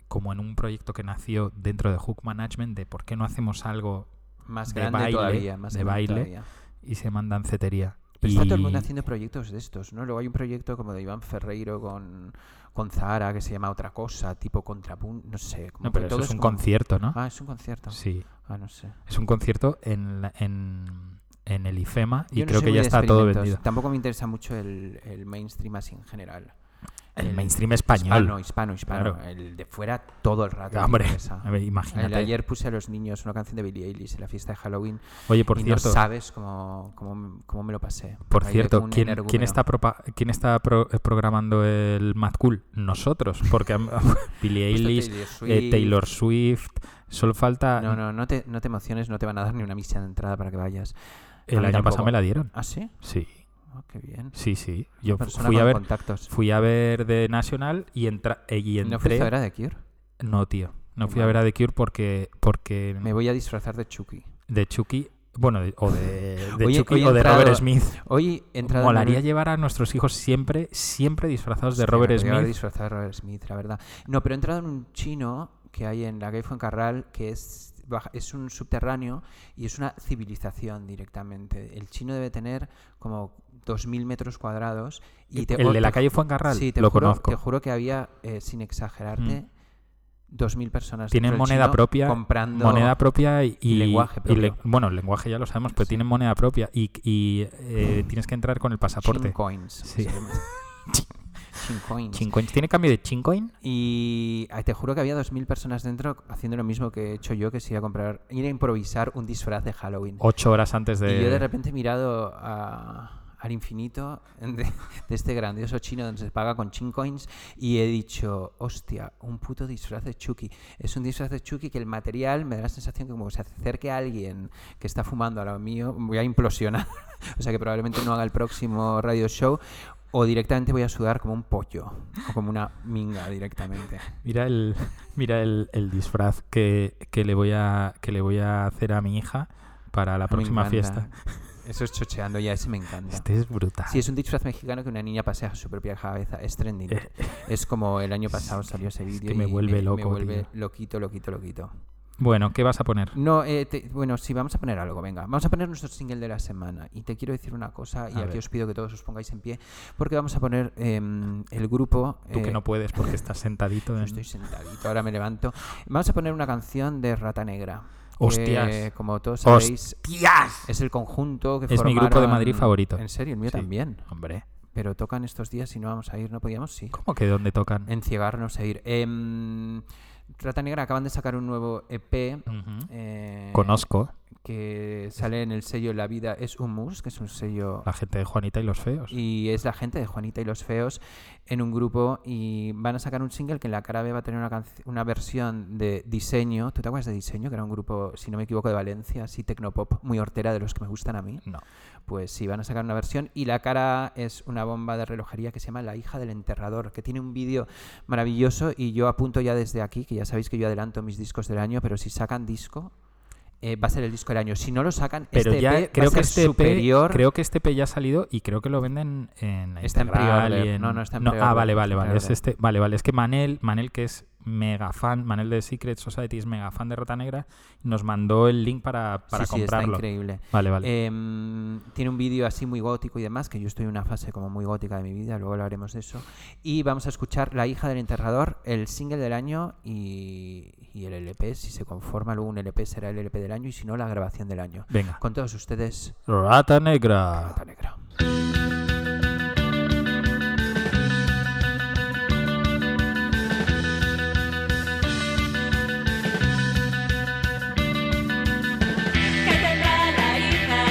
Speaker 4: como en un proyecto que nació dentro de Hook Management de por qué no hacemos algo
Speaker 3: Más
Speaker 4: De
Speaker 3: grande
Speaker 4: baile,
Speaker 3: todavía. Más
Speaker 4: de
Speaker 3: grande
Speaker 4: baile.
Speaker 3: todavía.
Speaker 4: y se llaman Dancetería.
Speaker 3: Pero está todo el
Speaker 4: Y-
Speaker 3: mundo haciendo proyectos de estos, ¿no? Luego hay un proyecto como de Iván Ferreiro con, con Zahara que se llama otra cosa, tipo contrapunto, no sé. Como
Speaker 4: No,
Speaker 3: que
Speaker 4: pero eso
Speaker 3: todo
Speaker 4: es un
Speaker 3: como-
Speaker 4: concierto, ¿no?
Speaker 3: Ah, es un concierto.
Speaker 4: Sí.
Speaker 3: Ah, no sé.
Speaker 4: Es un concierto en, la- en, en el IFEMA y
Speaker 3: Yo no
Speaker 4: creo
Speaker 3: soy
Speaker 4: que
Speaker 3: muy
Speaker 4: ya
Speaker 3: de
Speaker 4: está todo
Speaker 3: experimentos.
Speaker 4: vendido.
Speaker 3: Tampoco me interesa mucho el, el mainstream así en general.
Speaker 4: El
Speaker 3: El
Speaker 4: mainstream español.
Speaker 3: Hispano, hispano, hispano.
Speaker 4: Claro.
Speaker 3: El de fuera todo el rato. me
Speaker 4: Hombre,
Speaker 3: interesa.
Speaker 4: a ver,
Speaker 3: El
Speaker 4: imagínate.
Speaker 3: ayer puse a los niños una canción de Billie Eilish en la fiesta de Halloween
Speaker 4: Oye, por
Speaker 3: y
Speaker 4: cierto,
Speaker 3: no sabes cómo, cómo, cómo me lo pasé. Bailé
Speaker 4: por
Speaker 3: como
Speaker 4: cierto
Speaker 3: un
Speaker 4: ¿quién, quién
Speaker 3: energúmeno.
Speaker 4: está, propa- quién está pro- eh, programando el Mad Cool? Nosotros, porque han- Billie
Speaker 3: Justo
Speaker 4: Eilish,
Speaker 3: Pues Taylor
Speaker 4: eh, Taylor Swift, solo falta...
Speaker 3: No, no, no te, no te emociones, no te van a dar ni una misa de entrada para que vayas.
Speaker 4: el
Speaker 3: a mí
Speaker 4: año
Speaker 3: tampoco.
Speaker 4: pasado me la dieron.
Speaker 3: ¿Ah, sí?
Speaker 4: Sí,
Speaker 3: Ah, qué bien.
Speaker 4: sí, sí. Yo fu-
Speaker 3: Persona
Speaker 4: fui
Speaker 3: Pues
Speaker 4: a,
Speaker 3: con
Speaker 4: ver,
Speaker 3: contactos.
Speaker 4: fui a ver The National y, entra eh, y entré...
Speaker 3: ¿No fuiste a ver a The Cure?
Speaker 4: No, tío. No
Speaker 3: Qué
Speaker 4: fui a ver a
Speaker 3: mal.
Speaker 4: The Cure porque, porque
Speaker 3: Me voy a disfrazar de Chucky.
Speaker 4: de Chucky, bueno, de- o de, de
Speaker 3: Oye,
Speaker 4: Chucky
Speaker 3: hoy he
Speaker 4: o de
Speaker 3: entrado-
Speaker 4: Robert Smith.
Speaker 3: Hoy he entrado... en
Speaker 4: Molaría
Speaker 3: un-
Speaker 4: llevar a nuestros hijos siempre, siempre disfrazados de
Speaker 3: Hostia,
Speaker 4: Robert
Speaker 3: me podía haber
Speaker 4: Smith.
Speaker 3: disfrazado de Robert Smith, la verdad. No, pero he entrado en un chino que hay en la calle Fuencarral, que es, baja- es un subterráneo y es una civilización directamente. El chino debe tener como 2.000 metros cuadrados. Y te-
Speaker 4: el de la
Speaker 3: te-
Speaker 4: calle Fuencarral,
Speaker 3: Sí, te
Speaker 4: lo
Speaker 3: juro,
Speaker 4: conozco.
Speaker 3: Te juro que había, eh, sin exagerarte, 2.000 personas.
Speaker 4: Tienen
Speaker 3: dentro del
Speaker 4: moneda
Speaker 3: chino
Speaker 4: propia,
Speaker 3: comprando
Speaker 4: moneda propia y, y-
Speaker 3: lenguaje
Speaker 4: y le-
Speaker 3: propio.
Speaker 4: bueno, el lenguaje ya lo sabemos, pero
Speaker 3: Sí. Mm.
Speaker 4: tienen moneda propia y, y, eh, tienes que entrar con el
Speaker 3: chin
Speaker 4: pasaporte.
Speaker 3: coins.
Speaker 4: Sí.
Speaker 3: se llama. Chin coins.
Speaker 4: Chincoin. ¿Tiene cambio de chincoin?
Speaker 3: Y ay, te juro que había 2.000 personas dentro haciendo lo mismo que he hecho yo, que es ir a comprar, ir a improvisar un disfraz de Halloween.
Speaker 4: Ocho horas antes de.
Speaker 3: Y yo de repente he mirado a- al infinito de, de este grandioso chino donde se paga con chin coins y he dicho, hostia, un puto disfraz de Chucky. Es un disfraz de Chucky que el material me da la sensación que como se acerque a alguien que está fumando a lo mío, voy a implosionar. o sea que probablemente no haga el próximo radio show o directamente voy a sudar como un pollo o como una minga directamente.
Speaker 4: Mira el, mira el, el disfraz que, que le voy a, que le voy a hacer a mi hija para la
Speaker 3: Ah, Me
Speaker 4: próxima
Speaker 3: encanta.
Speaker 4: fiesta.
Speaker 3: Eso es chocheando ya, ese me encanta.
Speaker 4: Este es brutal.
Speaker 3: Si es un disfraz mexicano que una niña pasea su propia cabeza, es trending.
Speaker 4: Eh,
Speaker 3: Es como el año pasado salió ese
Speaker 4: es
Speaker 3: vídeo
Speaker 4: que me
Speaker 3: y
Speaker 4: vuelve
Speaker 3: me
Speaker 4: loco,
Speaker 3: vuelve
Speaker 4: tío.
Speaker 3: loquito, loquito, loquito.
Speaker 4: Bueno, ¿qué vas a poner?
Speaker 3: No, eh, te- bueno, sí, vamos a poner algo, venga. Vamos a poner nuestro single de la semana. Y te quiero decir una cosa, y
Speaker 4: A
Speaker 3: aquí
Speaker 4: ver.
Speaker 3: os pido que todos os pongáis en pie, porque vamos a poner em, el grupo...
Speaker 4: Tú que
Speaker 3: eh,
Speaker 4: no puedes porque estás sentadito.
Speaker 3: yo
Speaker 4: en-
Speaker 3: estoy sentadito, ahora me levanto. Vamos a poner una canción de Rata Negra.
Speaker 4: Hostias.
Speaker 3: que, como todos sabéis,
Speaker 4: ¡Hostias!
Speaker 3: es el conjunto que
Speaker 4: Es mi grupo de Madrid
Speaker 3: formaron-
Speaker 4: favorito.
Speaker 3: En serio, el mío
Speaker 4: Sí.
Speaker 3: también.
Speaker 4: Hombre,
Speaker 3: Pero tocan estos días y no vamos a ir, no podíamos, sí.
Speaker 4: ¿cómo que dónde tocan?
Speaker 3: Enciegarnos a ir. Em, Rata Negra acaban de sacar un nuevo EP.
Speaker 4: Ujú.
Speaker 3: eh,
Speaker 4: Conozco
Speaker 3: Que sale en el sello La Vida es un Mus, que es un sello
Speaker 4: la gente de Juanita y los feos.
Speaker 3: y es la gente de Juanita y los Feos en un grupo y van a sacar un single que en la cara B va a tener una, canc- una versión de diseño. ¿Tú te acuerdas de diseño? Que era un grupo, si no me equivoco, de Valencia, así tecnopop, muy hortera de los que me gustan a mí.
Speaker 4: No.
Speaker 3: Pues sí, van a sacar una versión y la cara es una bomba de relojería que se llama La hija del enterrador, que tiene un vídeo maravilloso y yo apunto ya desde aquí, que ya sabéis que yo adelanto mis discos del año, pero si sacan disco... eh, va a ser el disco del año. Si no lo sacan,
Speaker 4: Pero
Speaker 3: este
Speaker 4: ya
Speaker 3: EP va
Speaker 4: creo
Speaker 3: a ser
Speaker 4: que este
Speaker 3: superior.
Speaker 4: P, creo que este P ya ha salido y creo que lo venden en la
Speaker 3: Está en
Speaker 4: Integral y
Speaker 3: pre-order. No, no está en
Speaker 4: Ah,
Speaker 3: pre-order,
Speaker 4: vale,
Speaker 3: está
Speaker 4: vale,
Speaker 3: en
Speaker 4: vale. Es
Speaker 3: pre-order.
Speaker 4: este, vale, vale. Es que Manel, Manel que es mega fan, Manel de Secret Society es mega fan de Rata Negra, nos mandó el link para, para
Speaker 3: Sí, sí, está
Speaker 4: comprarlo.
Speaker 3: increíble.
Speaker 4: vale, vale.
Speaker 3: Em, tiene un vídeo así muy gótico y demás, que yo estoy en una fase como muy gótica de mi vida, luego hablaremos de eso. Y vamos a escuchar La hija del enterrador, el single del año y, y el LP, si se conforma luego un LP será el LP del año y si no la grabación del año.
Speaker 4: Venga.
Speaker 3: Con todos ustedes,
Speaker 4: Rata Negra.
Speaker 3: Rata Negra.
Speaker 1: Que tendrá la hija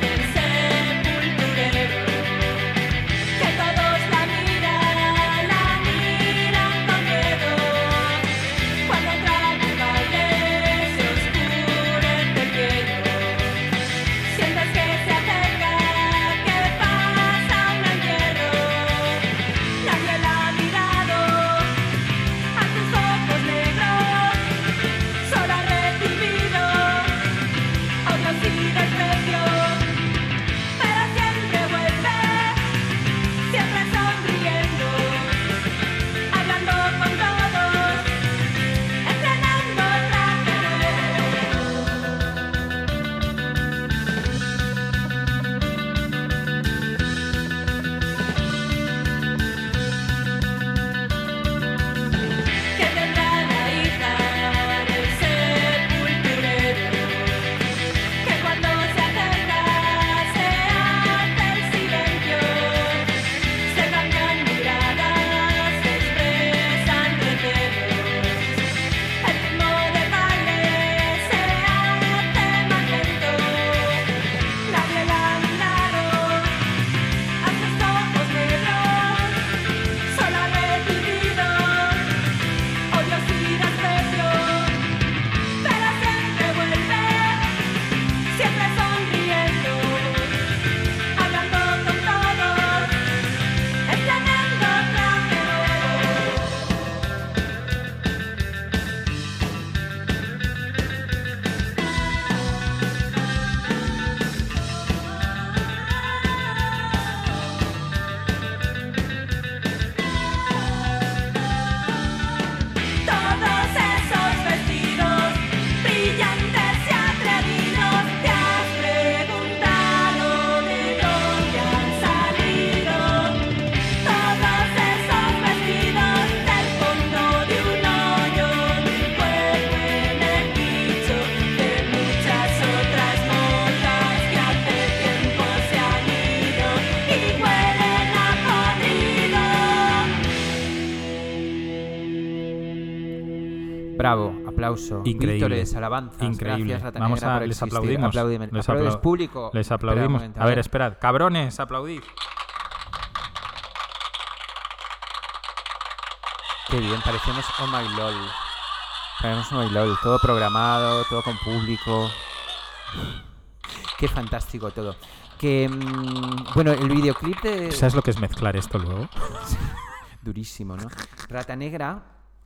Speaker 1: del sepulturero, que todos la miran, la miran con miedo. Cuando trague el valle se oscurece el cielo, sientes que se acerca, que pasa un entierro. Nadie la ha mirado, a tus ojos negros, solo ha recibido Audios y desprecio, pero siempre vuelve, siempre sonriendo, hablando con todos, estrenando traje. Que tendrá la hija del sepulturero, que cuando se acerca se hace el silencio, se cambian miradas, se expresan recelos, el ritmo del baile se hace más lento, nadie la ha mirado, a sus ojos negros, solo ha recibido Odios y desprecio, pero siempre vuelve, siempre sonriendo, hablando con todos, estrenando traje nuevo. Todos esos vestidos brillantes y atrevidos te has preguntado de dónde han salido. Todos esos vestidos del fondo de un hoyo vuelven el dicho de muchas otras monjas que hace tiempo se han ido y huelen a podrido.
Speaker 3: Bravo, aplauso.
Speaker 4: Increíble.
Speaker 3: Víctores, alabanzas.
Speaker 4: Increíble.
Speaker 3: Gracias, Rata
Speaker 4: Vamos
Speaker 3: Negra,
Speaker 4: a
Speaker 3: por
Speaker 4: les
Speaker 3: existir.
Speaker 4: aplaudimos.
Speaker 3: Apláudeme.
Speaker 4: Les
Speaker 3: Aplaudes,
Speaker 4: aplau-
Speaker 3: público.
Speaker 4: Les
Speaker 3: Espera un
Speaker 4: aplaudimos.
Speaker 3: momento, ¿eh?
Speaker 4: a ver, esperad, cabrones, aplaudid.
Speaker 3: Qué bien, parecemos Oh My LOL. Parecemos Oh My LOL, todo programado, todo con público. Qué fantástico todo. Que, mm, bueno, el videoclip de...
Speaker 4: ¿Sabes lo que es mezclar esto luego?
Speaker 3: Durísimo, ¿no? Rata Negra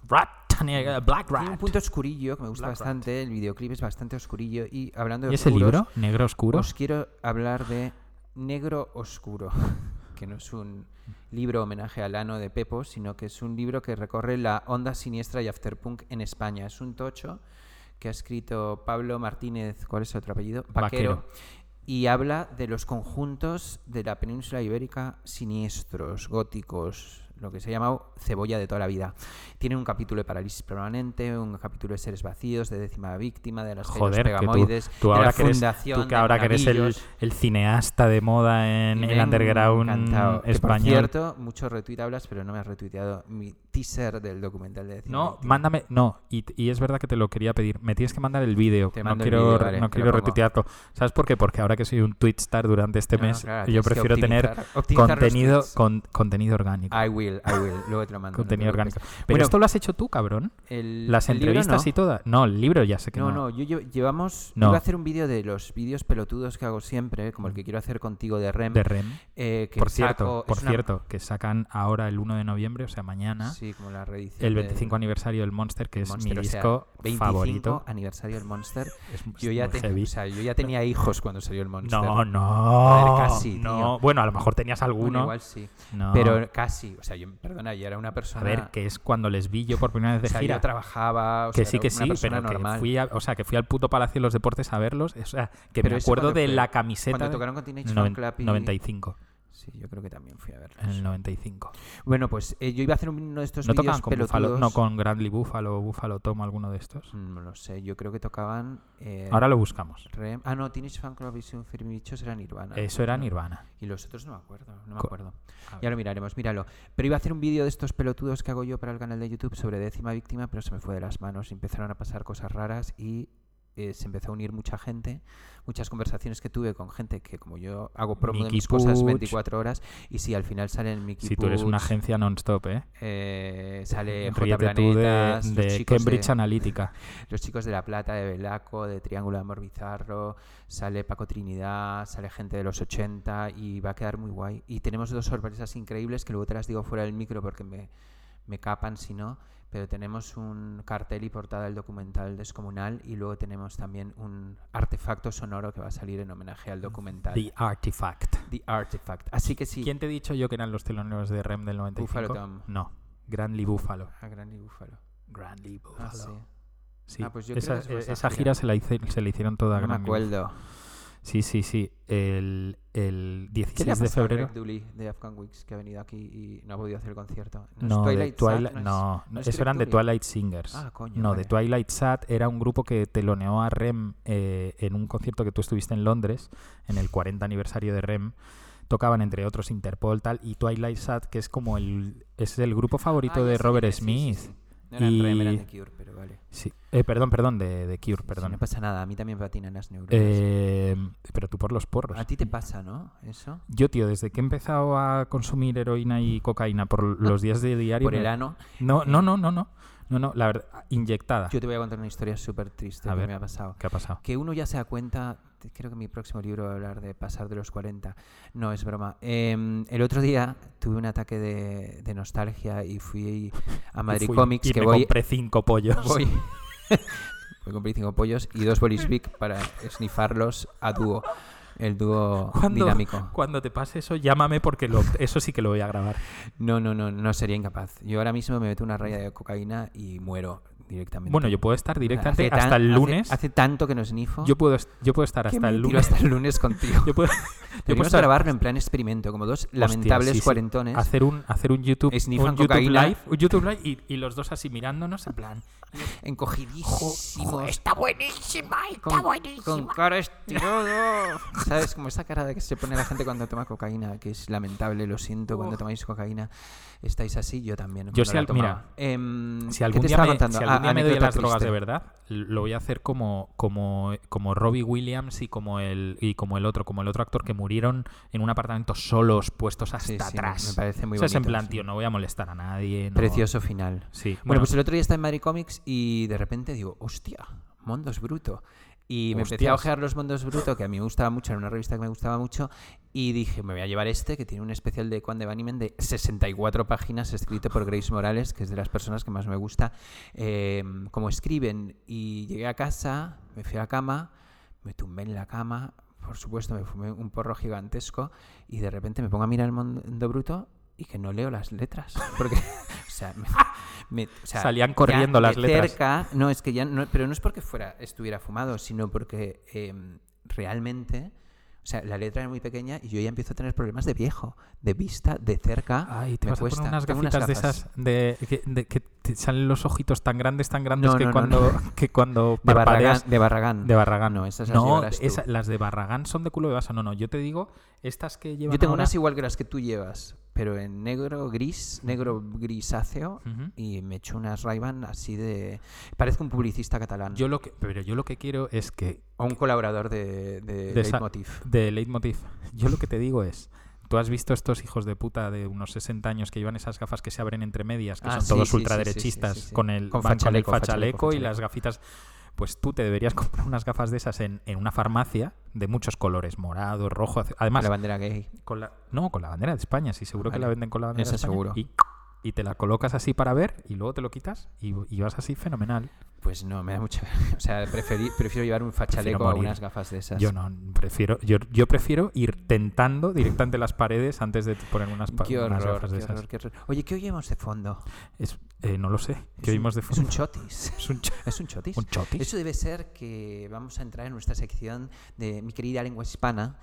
Speaker 4: Rata Negra, eh, Black
Speaker 3: tiene un
Speaker 4: Rat.
Speaker 3: punto oscurillo que me gusta
Speaker 4: Black Rat.
Speaker 3: bastante. El videoclip es bastante oscurillo. Y hablando de
Speaker 4: ¿Y ese
Speaker 3: oscuros,
Speaker 4: libro? ¿Negro oscuro?
Speaker 3: Os quiero hablar de Negro Oscuro, que no es un libro homenaje al ano de Pepo, sino que es un libro que recorre la onda siniestra y afterpunk en España. Es un tocho que ha escrito Pablo Martínez, ¿cuál es su otro apellido?
Speaker 4: Vaquero.
Speaker 3: Y habla de los conjuntos de la península ibérica siniestros, góticos, lo que se ha llamado cebolla de toda la vida. Tiene un capítulo de parálisis permanente, un capítulo de seres vacíos, de décima víctima, de las
Speaker 4: Joder,
Speaker 3: Gallos
Speaker 4: que tú-
Speaker 3: pegamoides,
Speaker 4: tú,
Speaker 3: de la
Speaker 4: ahora que eres,
Speaker 3: fundación,
Speaker 4: tú que
Speaker 3: de
Speaker 4: ahora que eres el,
Speaker 3: Monaguillos.
Speaker 4: el cineasta de moda en
Speaker 3: Y me
Speaker 4: el
Speaker 3: ha
Speaker 4: underground
Speaker 3: encantado. Que,
Speaker 4: español.
Speaker 3: por cierto, mucho retweet hablas, pero no me has retuiteado mi teaser del documental de décima
Speaker 4: no,
Speaker 3: víctima.
Speaker 4: mándame, no, y, y es verdad que te lo quería pedir. Me tienes que mandar el vídeo.
Speaker 3: Te
Speaker 4: No
Speaker 3: mando el
Speaker 4: quiero,
Speaker 3: vídeo, vale,
Speaker 4: no
Speaker 3: te
Speaker 4: quiero
Speaker 3: lo pongo.
Speaker 4: retuitearlo. ¿Sabes por qué? Porque ahora que soy un Twitch star durante este
Speaker 3: No, no,
Speaker 4: mes,
Speaker 3: claro,
Speaker 4: yo
Speaker 3: tienes que
Speaker 4: prefiero tener
Speaker 3: optimizar- optimizar los
Speaker 4: contenido,
Speaker 3: tweets.
Speaker 4: con, contenido orgánico.
Speaker 3: I will, I will. Luego te lo mando. no te
Speaker 4: contenido
Speaker 3: preocupes.
Speaker 4: orgánico. Pero
Speaker 3: Bueno,
Speaker 4: esto lo has hecho tú, cabrón.
Speaker 3: el-
Speaker 4: Las
Speaker 3: el libro
Speaker 4: entrevistas
Speaker 3: no.
Speaker 4: y todas. No, el libro ya sé que no.
Speaker 3: No, no, yo, yo- llevamos.
Speaker 4: No.
Speaker 3: Iba a hacer un vídeo de los vídeos pelotudos que hago siempre, como el que quiero hacer contigo de REM.
Speaker 4: De REM.
Speaker 3: eh, que
Speaker 4: Por cierto,
Speaker 3: saco- es
Speaker 4: por
Speaker 3: una-
Speaker 4: cierto, que sacan ahora el 1 de noviembre, o sea, mañana,
Speaker 3: Sí, como la reedición.
Speaker 4: el
Speaker 3: del
Speaker 4: 25 aniversario del Monster, que es
Speaker 3: Monster,
Speaker 4: mi
Speaker 3: o sea,
Speaker 4: disco
Speaker 3: 25
Speaker 4: favorito.
Speaker 3: aniversario del Monster.
Speaker 4: Es muy-
Speaker 3: Yo ya,
Speaker 4: muy
Speaker 3: ten-
Speaker 4: heavy.
Speaker 3: o sea, yo ya tenía hijos cuando salió el Monster.
Speaker 4: No,
Speaker 3: Joder,
Speaker 4: no.
Speaker 3: casi,
Speaker 4: no.
Speaker 3: tío.
Speaker 4: Bueno, a lo mejor tenías
Speaker 3: Bueno,
Speaker 4: alguno.
Speaker 3: igual sí.
Speaker 4: No.
Speaker 3: Pero casi. O sea, yo, perdona, yo era una
Speaker 4: a
Speaker 3: persona.
Speaker 4: ver, que es cuando les vi yo por primera vez
Speaker 3: o
Speaker 4: de
Speaker 3: sea,
Speaker 4: gira.
Speaker 3: yo trabajaba. o
Speaker 4: que
Speaker 3: sea,
Speaker 4: sí,
Speaker 3: era
Speaker 4: que
Speaker 3: una
Speaker 4: sí,
Speaker 3: persona
Speaker 4: pero que
Speaker 3: normal.
Speaker 4: fui, a- o sea, que fui al puto Palacio de los Deportes a verlos. O sea, que
Speaker 3: Pero
Speaker 4: me
Speaker 3: eso
Speaker 4: acuerdo
Speaker 3: cuando
Speaker 4: de
Speaker 3: fue,
Speaker 4: la camiseta.
Speaker 3: Cuando
Speaker 4: de-
Speaker 3: tocaron Teenage Fan
Speaker 4: noven-
Speaker 3: Club y-
Speaker 4: 95.
Speaker 3: Sí, yo creo que también fui a verlos.
Speaker 4: En el 95.
Speaker 3: Bueno, pues eh, yo iba a hacer uno de estos
Speaker 4: ¿No
Speaker 3: vídeos
Speaker 4: tocaban con Buffalo,
Speaker 3: pelotudos. Mm,
Speaker 4: no con Grandly Buffalo o Buffalo Tom, alguno de estos?
Speaker 3: No lo sé, yo creo que tocaban. eh,
Speaker 4: Ahora lo buscamos.
Speaker 3: Rem- Ah, no, Teenage Fan Club y Film Bichos eran Nirvana.
Speaker 4: Eso era Nirvana.
Speaker 3: Y los otros no me acuerdo, no me
Speaker 4: Co-
Speaker 3: acuerdo.
Speaker 4: a
Speaker 3: Ya lo miraremos, míralo. Pero iba a hacer un vídeo de estos pelotudos que hago yo para el canal de YouTube sobre décima víctima, pero se me fue de las manos. Empezaron a pasar cosas raras y eh, se empezó a unir mucha gente. Muchas conversaciones que tuve con gente que, como yo, hago promo de
Speaker 4: Miki
Speaker 3: mis cosas
Speaker 4: Puig.
Speaker 3: 24 horas. Y si al final salen Mickey
Speaker 4: Si tú eres una
Speaker 3: Puig,
Speaker 4: agencia non-stop, ¿eh?
Speaker 3: eh, sale J
Speaker 4: Ríete tú de,
Speaker 3: Planetas, los
Speaker 4: de
Speaker 3: chicos de-
Speaker 4: Cambridge Analytica.
Speaker 3: los chicos de La Plata, de Belaco, de Triángulo de Amor Bizarro, sale Paco Trinidad, sale gente de los 80 y va a quedar muy guay. Y tenemos dos sorpresas increíbles que luego te las digo fuera del micro porque me, me capan si no, pero tenemos un cartel y portada del documental Descomunal y luego tenemos también un artefacto sonoro que va a salir en homenaje al documental.
Speaker 4: The Artifact.
Speaker 3: The Artifact. Así que sí.
Speaker 4: ¿Quién te he dicho yo que eran los teloneros de REM del 95?
Speaker 3: Buffalo Tom.
Speaker 4: No, Grandly Buffalo.
Speaker 3: A Gran y Búfalo.
Speaker 4: Grandly Buffalo.
Speaker 3: Ah, sí.
Speaker 4: Sí,
Speaker 3: Ah, pues yo
Speaker 4: esa,
Speaker 3: creo que fue esa
Speaker 4: eh, esa
Speaker 3: gira.
Speaker 4: gira se la, hice- se la hicieron
Speaker 3: No
Speaker 4: toda
Speaker 3: me
Speaker 4: Gran Lee Buffalo.
Speaker 3: acuerdo.
Speaker 4: Sí, sí, sí. El, el
Speaker 3: ¿Qué le ha
Speaker 4: 16 de
Speaker 3: pasado a
Speaker 4: febrero.
Speaker 3: Greg Dooley de Afghan Weeks que ha venido aquí y no ha podido hacer el concierto? es
Speaker 4: No, de
Speaker 3: Twilight Sad?
Speaker 4: Twilight-
Speaker 3: es-
Speaker 4: no, no,
Speaker 3: es
Speaker 4: eso
Speaker 3: Greg
Speaker 4: eran de
Speaker 3: Dooley?
Speaker 4: Twilight Singers.
Speaker 3: Ah, coño,
Speaker 4: no,
Speaker 3: vale.
Speaker 4: de Twilight Sad era un grupo que teloneó a Rem eh, en un concierto que tú estuviste en Londres, en el 40 aniversario de Rem. Tocaban entre otros Interpol, tal, y Twilight Sad, que es como el, es el grupo favorito
Speaker 3: Ah, ya
Speaker 4: de
Speaker 3: sé
Speaker 4: Robert
Speaker 3: quién es, sí, sí,
Speaker 4: Smith.
Speaker 3: sí. No eran Rem, eran
Speaker 4: y-
Speaker 3: The Cure, pero vale.
Speaker 4: Sí, eh, perdón, perdón, de, de Cure,
Speaker 3: Perdón.
Speaker 4: perdón.
Speaker 3: no pasa nada, a mí también patinan las neuronas.
Speaker 4: Eh, pues pero tú por los porros.
Speaker 3: a ti te pasa, ¿no? Eso.
Speaker 4: Yo, tío, desde que he empezado a consumir heroína y cocaína por los días de diario.
Speaker 3: Por el
Speaker 4: me-
Speaker 3: ano.
Speaker 4: No, no, no, no, no. No, no, la verdad, inyectada.
Speaker 3: Yo te voy a contar una historia súper triste
Speaker 4: A
Speaker 3: que
Speaker 4: ver.
Speaker 3: me ha pasado.
Speaker 4: ¿Qué ha pasado?
Speaker 3: Que uno ya se da cuenta, te- creo que mi próximo libro va a hablar de pasar de los 40. No, es broma. Em, el otro día tuve un ataque de, de nostalgia y fui a
Speaker 4: Y
Speaker 3: Madrid
Speaker 4: fui
Speaker 3: Comics,
Speaker 4: y
Speaker 3: que
Speaker 4: me
Speaker 3: voy
Speaker 4: compré cinco pollos.
Speaker 3: Voy. Voy a comprar cinco pollos y dos bolis big para snifarlos a dúo. El dúo
Speaker 4: Cuando,
Speaker 3: dinámico.
Speaker 4: cuando te pase eso, llámame porque lo- eso sí que lo voy a grabar.
Speaker 3: No, no, no, no sería incapaz. Yo ahora mismo me meto una raya de cocaína y muero directamente.
Speaker 4: Bueno, yo puedo estar
Speaker 3: O sea,
Speaker 4: directamente
Speaker 3: hace tan-
Speaker 4: hasta el
Speaker 3: hace-
Speaker 4: lunes.
Speaker 3: Hace, tanto que no snifo.
Speaker 4: yo, puedo, est- yo puedo estar
Speaker 3: que
Speaker 4: hasta
Speaker 3: me
Speaker 4: el
Speaker 3: tiro
Speaker 4: lunes.
Speaker 3: hasta el lunes contigo.
Speaker 4: Yo puedo, yo puedo
Speaker 3: Podríamos
Speaker 4: estar
Speaker 3: grabarlo en plan experimento, como dos
Speaker 4: Hostia,
Speaker 3: lamentables
Speaker 4: sí, sí.
Speaker 3: cuarentones.
Speaker 4: Hacer un, hacer un YouTube,
Speaker 3: Snifan
Speaker 4: un YouTube
Speaker 3: cocaína.
Speaker 4: live, un YouTube live y, y los dos así mirándonos en plan.
Speaker 3: encogidísimos.
Speaker 5: Está buenísima, está
Speaker 3: con,
Speaker 5: buenísima.
Speaker 3: con cara estirada. ¿Sabes? Como esa cara de que se pone la gente cuando toma cocaína, que es lamentable, lo siento, cuando tomáis cocaína estáis así, yo también. cuando
Speaker 4: si
Speaker 3: la
Speaker 4: al-
Speaker 3: tomaba.
Speaker 4: mira,
Speaker 3: Em,
Speaker 4: Si
Speaker 3: ¿qué
Speaker 4: algún
Speaker 3: te
Speaker 4: día
Speaker 3: estaba
Speaker 4: me,
Speaker 3: contando?
Speaker 4: si algún
Speaker 3: Ah,
Speaker 4: día me doy a
Speaker 3: anécdota
Speaker 4: las drogas de
Speaker 3: triste.
Speaker 4: verdad, lo voy a hacer como, como, como Robbie Williams y como el y como el otro, como el otro actor que murieron en un apartamento solos, puestos hasta
Speaker 3: sí, me-
Speaker 4: atrás.
Speaker 3: me parece muy
Speaker 4: O sea, es en
Speaker 3: bonito,
Speaker 4: plan,
Speaker 3: sí.
Speaker 4: tío, no voy a molestar a nadie. no-
Speaker 3: Precioso final.
Speaker 4: Sí.
Speaker 3: Bueno,
Speaker 4: bueno,
Speaker 3: pues el otro día estaba en Madrid Comics y de repente digo, hostia, Mondos Bruto. Y me empecé a
Speaker 4: Hostias.
Speaker 3: ojear los Mondos Bruto, que a mí me gustaba mucho, era una revista que me gustaba mucho, y dije, me voy a llevar este, que tiene un especial de Juan de Banimen de 64 páginas, escrito por Grace Morales, que es de las personas que más me gusta, eh, cómo escriben. Y llegué a casa, me fui a la cama, me tumbé en la cama, por supuesto, me fumé un porro gigantesco y de repente me pongo a mirar el mundo bruto y que no leo las letras. Porque, o sea, me- me- o sea,
Speaker 4: Salían
Speaker 3: ya
Speaker 4: corriendo las
Speaker 3: de
Speaker 4: letras.
Speaker 3: Cerca, no, es que ya, no, pero no es porque fuera, estuviera fumado, sino porque eh, em, realmente, O sea, la letra es muy pequeña y yo ya empiezo a tener problemas de viejo, de vista, de cerca.
Speaker 4: Ay, te
Speaker 3: me
Speaker 4: vas
Speaker 3: cuesta.
Speaker 4: a poner unas
Speaker 3: Tengo
Speaker 4: gafitas de
Speaker 3: gafas.
Speaker 4: esas de, que, de que te salen los ojitos tan grandes, tan grandes
Speaker 3: No,
Speaker 4: que,
Speaker 3: no, no,
Speaker 4: cuando, que cuando
Speaker 3: De Barragán,
Speaker 4: parpadeas...
Speaker 3: de Barragán.
Speaker 4: De Barragán.
Speaker 3: No, esas las
Speaker 4: no,
Speaker 3: llevarás tú.
Speaker 4: esa- las de Barragán son de culo de basa. No, no, yo te digo, estas que llevan
Speaker 3: Yo tengo
Speaker 4: ahora-
Speaker 3: unas igual que las que tú llevas, pero en negro gris, negro grisáceo,
Speaker 4: Ujú.
Speaker 3: y me echo unas ray así de... Parezco un publicista catalán.
Speaker 4: Yo lo que, pero yo lo que quiero es que
Speaker 3: O un colaborador de, de,
Speaker 4: de, esa-
Speaker 3: Leitmotiv.
Speaker 4: de Leitmotiv. Yo lo que te digo es, tú has visto estos hijos de puta de unos 60 años que llevan esas gafas que se abren entre medias, que
Speaker 3: Ah,
Speaker 4: son
Speaker 3: sí,
Speaker 4: todos
Speaker 3: sí, sí,
Speaker 4: ultraderechistas,
Speaker 3: sí, sí, sí, sí.
Speaker 4: con el
Speaker 3: Con
Speaker 4: van el
Speaker 3: fachaleco, fachaleco,
Speaker 4: fachaleco y
Speaker 3: fachaleco.
Speaker 4: las gafitas. Pues tú te deberías comprar unas gafas de esas en, en una farmacia de muchos colores, morado, rojo, azul. además
Speaker 3: la bandera gay.
Speaker 4: con la no con la bandera de España, sí seguro que
Speaker 3: Vale.
Speaker 4: la venden con la bandera
Speaker 3: Esa
Speaker 4: de España
Speaker 3: seguro.
Speaker 4: y y te la colocas así para ver y luego te lo quitas y, y vas así fenomenal.
Speaker 3: Pues no, me da mucha... O sea, preferí- prefiero llevar un fachaleco a
Speaker 4: morir.
Speaker 3: unas gafas de esas.
Speaker 4: Yo no prefiero, yo, yo prefiero ir tentando directamente las paredes antes de poner unas, pa-
Speaker 3: Qué
Speaker 4: unas
Speaker 3: horror,
Speaker 4: gafas de
Speaker 3: qué
Speaker 4: esas.
Speaker 3: horror, qué horror. Oye, ¿qué oímos de fondo?
Speaker 4: Es- eh, no lo sé.
Speaker 3: Es
Speaker 4: ¿Qué
Speaker 3: un-
Speaker 4: oímos de
Speaker 3: Es un
Speaker 4: fondo?
Speaker 3: chotis.
Speaker 4: Es un cho-
Speaker 3: Es un chotis.
Speaker 4: ¿Un chotis?
Speaker 3: Eso debe ser que vamos a entrar en nuestra sección de mi querida lengua hispana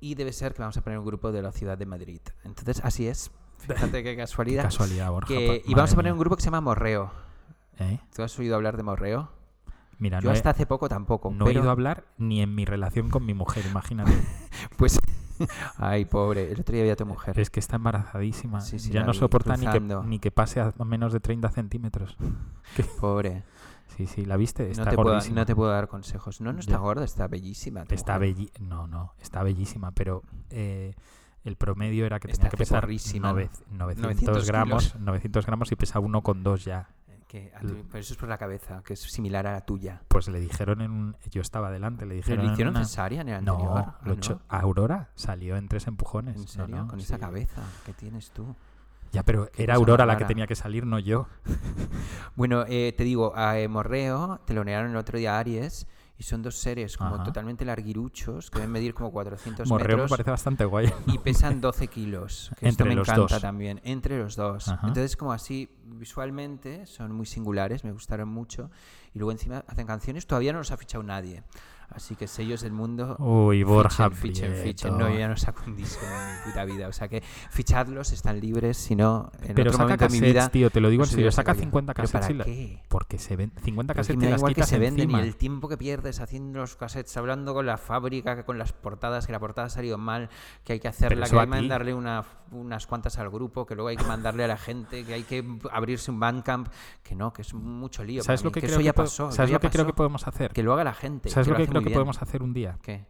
Speaker 3: y debe ser que vamos a poner un grupo de la ciudad de Madrid. Entonces, así es. Fíjate qué casualidad.
Speaker 4: casualidad, Borja, pa-
Speaker 3: Que, y
Speaker 4: madre
Speaker 3: vamos a poner
Speaker 4: mía.
Speaker 3: un grupo que se llama Morreo.
Speaker 4: ¿Eh?
Speaker 3: ¿Tú has oído hablar de Morreo?
Speaker 4: Mira,
Speaker 3: Yo
Speaker 4: no, he-
Speaker 3: hasta hace poco tampoco.
Speaker 4: no he
Speaker 3: pero-
Speaker 4: ido a hablar ni en mi relación con mi mujer, imagínate.
Speaker 3: Pues, ay, pobre. El otro día vi a tu mujer.
Speaker 4: es que está embarazadísima.
Speaker 3: Sí, sí,
Speaker 4: ya
Speaker 3: la
Speaker 4: no
Speaker 3: vi
Speaker 4: soporta ni que,
Speaker 3: cruzando.
Speaker 4: ni que pase a menos de 30 centímetros.
Speaker 3: Pobre.
Speaker 4: Sí, sí, ¿la viste? Está
Speaker 3: no, te puedo,
Speaker 4: gordísima.
Speaker 3: no te puedo dar consejos. No, no está
Speaker 4: Ya.
Speaker 3: gorda, está bellísima. tu
Speaker 4: Está
Speaker 3: mujer.
Speaker 4: belli- No, no, está bellísima, pero eh, el promedio era que
Speaker 3: Está
Speaker 4: tenía que pesar
Speaker 3: ceporrísima,
Speaker 4: nove-
Speaker 3: ¿no?
Speaker 4: 900
Speaker 3: 900
Speaker 4: gramos, 900 gramos y pesa 1,2 ya.
Speaker 3: Que a tu- pero eso es por la cabeza, que es similar a la tuya.
Speaker 4: Pues le dijeron en un... Yo estaba delante, le
Speaker 3: ¿Pero
Speaker 4: dijeron...
Speaker 3: le
Speaker 4: en
Speaker 3: hicieron
Speaker 4: una-
Speaker 3: cesárea en el anterior?
Speaker 4: No,
Speaker 3: Ah,
Speaker 4: lo echó- Aurora salió en tres empujones.
Speaker 3: ¿En
Speaker 4: No,
Speaker 3: serio?
Speaker 4: no,
Speaker 3: Con
Speaker 4: sí.
Speaker 3: esa cabeza que tienes tú.
Speaker 4: Ya, pero
Speaker 3: Qué
Speaker 4: era
Speaker 3: cosa más
Speaker 4: Aurora la que
Speaker 3: rara.
Speaker 4: tenía que salir, no yo.
Speaker 3: Bueno, eh, te digo, a eh, Morreo telonearon el otro día a Aries y son dos seres como
Speaker 4: Ajá.
Speaker 3: totalmente larguiruchos que deben medir como 400
Speaker 4: Morreo me
Speaker 3: metros
Speaker 4: parece bastante guay.
Speaker 3: y pesan 12 kilos. Que esto
Speaker 4: Entre
Speaker 3: me
Speaker 4: los
Speaker 3: encanta
Speaker 4: dos.
Speaker 3: también. Entre los dos.
Speaker 4: Ajá.
Speaker 3: Entonces, como así, visualmente son muy singulares, me gustaron mucho. Y luego encima hacen canciones, todavía no los ha fichado nadie. Así que sellos del mundo
Speaker 4: Uy, Borja
Speaker 3: Fichen, fichen, fichen.
Speaker 4: Prieto.
Speaker 3: No, yo ya no saco un disco en mi puta vida. O sea que fichadlos, están libres, si no, en otro
Speaker 4: Pero saca
Speaker 3: momento de mi
Speaker 4: cassettes,
Speaker 3: vida.
Speaker 4: tío, te lo digo
Speaker 3: los
Speaker 4: en serio.
Speaker 3: hubiera
Speaker 4: Saca
Speaker 3: sacado yo.
Speaker 4: 50
Speaker 3: ¿Pero
Speaker 4: cassettes. y la-
Speaker 3: ¿Para qué?
Speaker 4: Porque se ven 50
Speaker 3: Pero es que
Speaker 4: cassettes
Speaker 3: me
Speaker 4: te
Speaker 3: da
Speaker 4: las
Speaker 3: igual que
Speaker 4: quitas
Speaker 3: se venden
Speaker 4: encima.
Speaker 3: y el tiempo que pierdes haciendo los cassettes, hablando con la fábrica, que con las portadas, que la portada ha salido mal, que hay que hacerla,
Speaker 4: eso
Speaker 3: que
Speaker 4: a
Speaker 3: hay que
Speaker 4: ti.
Speaker 3: mandarle una- unas cuantas al grupo, que luego hay que mandarle a la gente, que hay que abrirse un bandcamp, que no, que es mucho lío.
Speaker 4: ¿Sabes
Speaker 3: para
Speaker 4: lo
Speaker 3: mí,
Speaker 4: que, creo
Speaker 3: eso
Speaker 4: que
Speaker 3: ya
Speaker 4: po-
Speaker 3: pasó? eso
Speaker 4: ¿Sabes
Speaker 3: ya
Speaker 4: lo que creo que
Speaker 3: pasó.
Speaker 4: podemos hacer?
Speaker 3: Que lo haga la gente.
Speaker 4: ¿Sabes lo
Speaker 3: lo
Speaker 4: que
Speaker 3: hace muy
Speaker 4: creo que
Speaker 3: bien.
Speaker 4: podemos hacer un día?
Speaker 3: ¿Qué?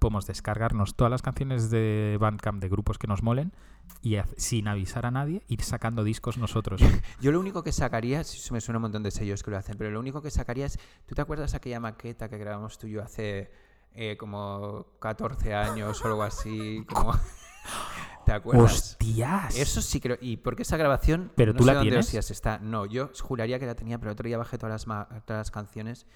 Speaker 4: Podemos descargarnos todas las canciones de Bandcamp de grupos que nos molen y haz- sin avisar a nadie ir sacando discos nosotros.
Speaker 3: Yo lo único que sacaría, si se me suena un montón de sellos que lo hacen, pero lo único que sacaría es, ¿tú te acuerdas aquella maqueta que grabamos tú y yo hace eh, como 14 años o algo así? Como... ¿Te acuerdas?
Speaker 4: ¡Hostias!
Speaker 3: Eso sí creo, y porque esa grabación...
Speaker 4: ¿Pero
Speaker 3: no
Speaker 4: tú
Speaker 3: sé
Speaker 4: la
Speaker 3: dónde
Speaker 4: tienes?
Speaker 3: hostias está. No, yo juraría que la tenía, pero el otro día bajé todas las, ma- todas las canciones.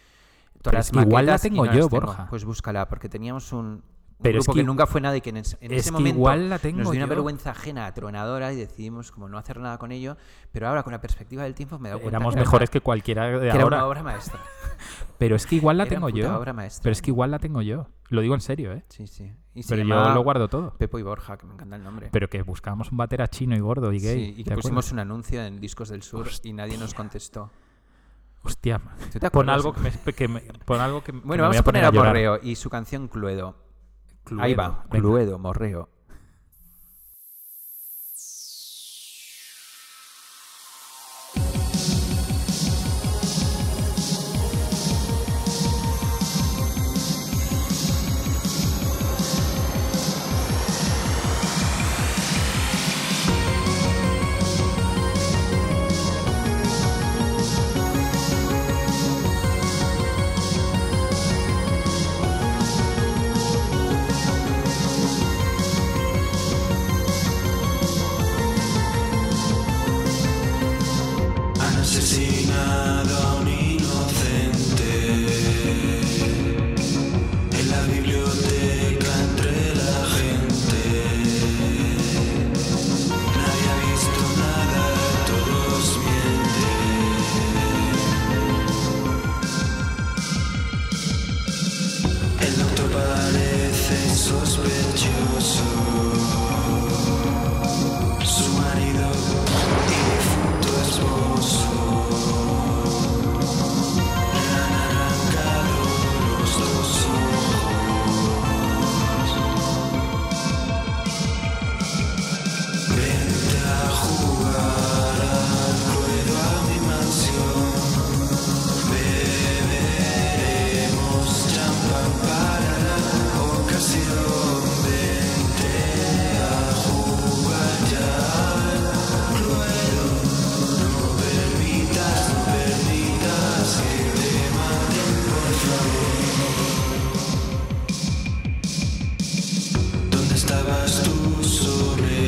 Speaker 3: Todas
Speaker 4: Pero
Speaker 3: las
Speaker 4: es que igual la
Speaker 3: maquetas y
Speaker 4: tengo
Speaker 3: no
Speaker 4: yo,
Speaker 3: las
Speaker 4: Borja.
Speaker 3: Pues búscala, porque teníamos un, un
Speaker 4: Pero es
Speaker 3: grupo que,
Speaker 4: que-
Speaker 3: nunca fue nada y que en, es- en
Speaker 4: es
Speaker 3: ese
Speaker 4: que
Speaker 3: momento
Speaker 4: igual la tengo
Speaker 3: nos dio una
Speaker 4: yo.
Speaker 3: vergüenza ajena, atronadora, y decidimos como no hacer nada con ello. Pero ahora, con la perspectiva del tiempo, me he dado cuenta
Speaker 4: Éramos
Speaker 3: que era
Speaker 4: mejores
Speaker 3: una-
Speaker 4: que cualquiera de
Speaker 3: que era una
Speaker 4: ahora.
Speaker 3: obra maestra.
Speaker 4: Pero es que igual la
Speaker 3: Era
Speaker 4: tengo
Speaker 3: puta
Speaker 4: yo.
Speaker 3: obra maestra.
Speaker 4: Pero es que igual la tengo yo. Lo digo en serio, ¿eh?
Speaker 3: Sí, sí. Y se
Speaker 4: Pero yo
Speaker 3: llamaba
Speaker 4: lo guardo todo.
Speaker 3: Pepo y Borja, que me encanta el nombre.
Speaker 4: Pero que buscábamos un batera chino y gordo y gay.
Speaker 3: Sí, y
Speaker 4: ¿te
Speaker 3: que pusimos
Speaker 4: acuerdas?
Speaker 3: un anuncio en Discos del Sur y nadie nos contestó.
Speaker 4: Hostia,
Speaker 3: ¿Tú te
Speaker 4: pon
Speaker 3: acuerdas?
Speaker 4: algo que me, que me- pon algo que
Speaker 3: Bueno,
Speaker 4: me voy
Speaker 3: vamos a poner a
Speaker 4: llorar.
Speaker 3: Morreo y su canción Cluedo. Ahí va,
Speaker 4: venga.
Speaker 3: Cluedo, Morreo.
Speaker 6: Cluedo,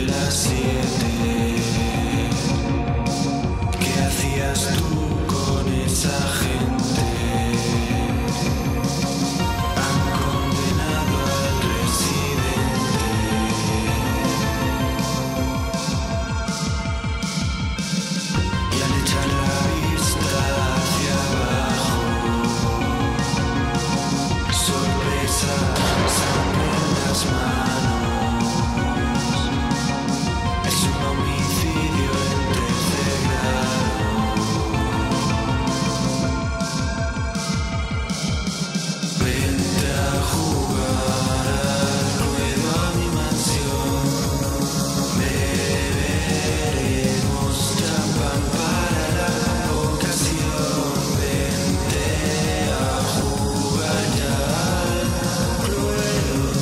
Speaker 6: las siete. ¿Qué hacías tú con esa gente? Han condenado al residente. Y al echar la vista hacia abajo, sorpresa, sangre en las manos. Es un homicidio en tercer grado. Vente a jugar al ruedo a mi mansión. Beberemos champán para la ocasión. Vente a jugar ya al ruedo.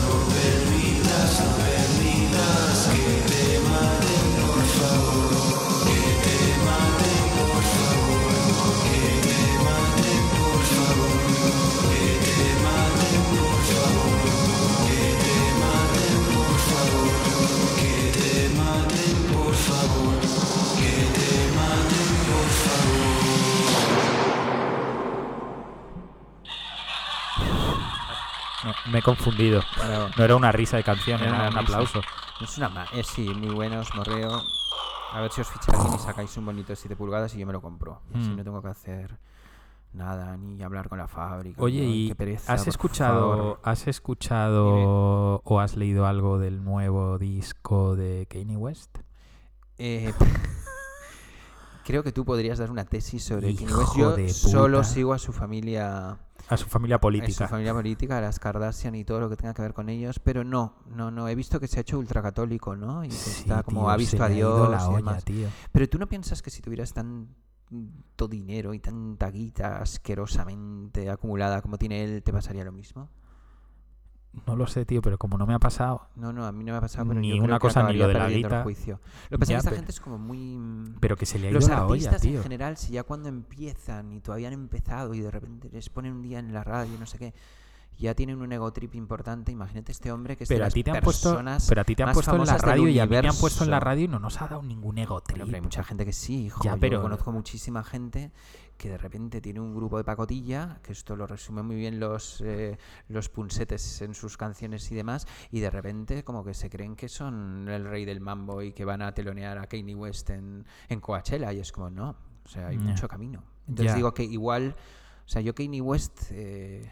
Speaker 6: No permitas, no permitas que te maten, por favor. Que te maten, por favor. Que te maten, por favor. Que te maten, por favor. Que te maten, por favor. Que te maten, por favor. Que te maten, por favor.
Speaker 4: No, me he confundido.
Speaker 3: Claro.
Speaker 4: No era una risa de canción,
Speaker 3: Era
Speaker 4: era,
Speaker 3: una
Speaker 4: un
Speaker 3: risa.
Speaker 4: aplauso.
Speaker 3: Es una ma- eh, sí, muy buenos, morreo. A ver si os ficháis y sacáis un bonito 7 pulgadas y yo me lo compro. Y Así
Speaker 4: Mm.
Speaker 3: no tengo que hacer nada, ni hablar con la fábrica.
Speaker 4: Oye,
Speaker 3: ¿no?
Speaker 4: ¿y
Speaker 3: Qué pereza,
Speaker 4: has
Speaker 3: por
Speaker 4: escuchado,
Speaker 3: favor.
Speaker 4: has escuchado o has leído algo del nuevo disco de Kanye West?
Speaker 3: Eh, creo que tú podrías dar una tesis sobre Kanye
Speaker 4: Hijo
Speaker 3: West. Yo
Speaker 4: de
Speaker 3: solo
Speaker 4: puta.
Speaker 3: sigo a su familia
Speaker 4: A su familia política.
Speaker 3: A su familia política, a las Kardashian y todo lo que tenga que ver con ellos, pero no, no, no. He visto que se ha hecho ultracatólico, ¿no? Y que
Speaker 4: Sí,
Speaker 3: está como
Speaker 4: tío,
Speaker 3: ha
Speaker 4: se
Speaker 3: visto
Speaker 4: le
Speaker 3: a
Speaker 4: ha ido
Speaker 3: Dios
Speaker 4: la
Speaker 3: y
Speaker 4: olla,
Speaker 3: demás.
Speaker 4: tío.
Speaker 3: Pero tú no piensas que si tuvieras tanto dinero y tanta guita asquerosamente acumulada como tiene él, te pasaría lo mismo.
Speaker 4: No lo sé, tío, pero como no me ha pasado.
Speaker 3: No, no, a mí no me ha pasado pero
Speaker 4: Ni
Speaker 3: yo creo
Speaker 4: una
Speaker 3: que
Speaker 4: cosa ni
Speaker 3: acabaría
Speaker 4: lo de la
Speaker 3: perdiendo el
Speaker 4: guita.
Speaker 3: juicio. Lo que pasa es que
Speaker 4: Ya,
Speaker 3: esta
Speaker 4: pero-
Speaker 3: gente es como muy. mm,
Speaker 4: Pero que se le ha ido
Speaker 3: Los
Speaker 4: la olla,
Speaker 3: artistas
Speaker 4: tío.
Speaker 3: en general, si ya cuando empiezan y todavía han empezado y de repente les ponen un día en la radio y no sé qué, ya tienen un ego trip importante. Imagínate este hombre que es de
Speaker 4: Pero a
Speaker 3: las
Speaker 4: ti te han puesto,
Speaker 3: personas
Speaker 4: pero a ti te han
Speaker 3: más
Speaker 4: puesto en la
Speaker 3: famosas del
Speaker 4: radio y a mí me han
Speaker 3: universo.
Speaker 4: puesto en la radio y no nos ha dado ningún ego
Speaker 3: Bueno, pero hay
Speaker 4: trip.
Speaker 3: mucha gente que sí, hijo.
Speaker 4: Ya,
Speaker 3: Yo
Speaker 4: pero-
Speaker 3: conozco muchísima gente que de repente tiene un grupo de pacotilla, que esto lo resumen muy bien los, eh, los punsetes en sus canciones y demás, y de repente como que se creen que son el rey del mambo y que van a telonear a Kanye West en, en Coachella, y es como, no, o sea, hay
Speaker 4: Ya.
Speaker 3: mucho camino. Entonces
Speaker 4: Ya.
Speaker 3: digo que igual, o sea, yo Kanye West... eh,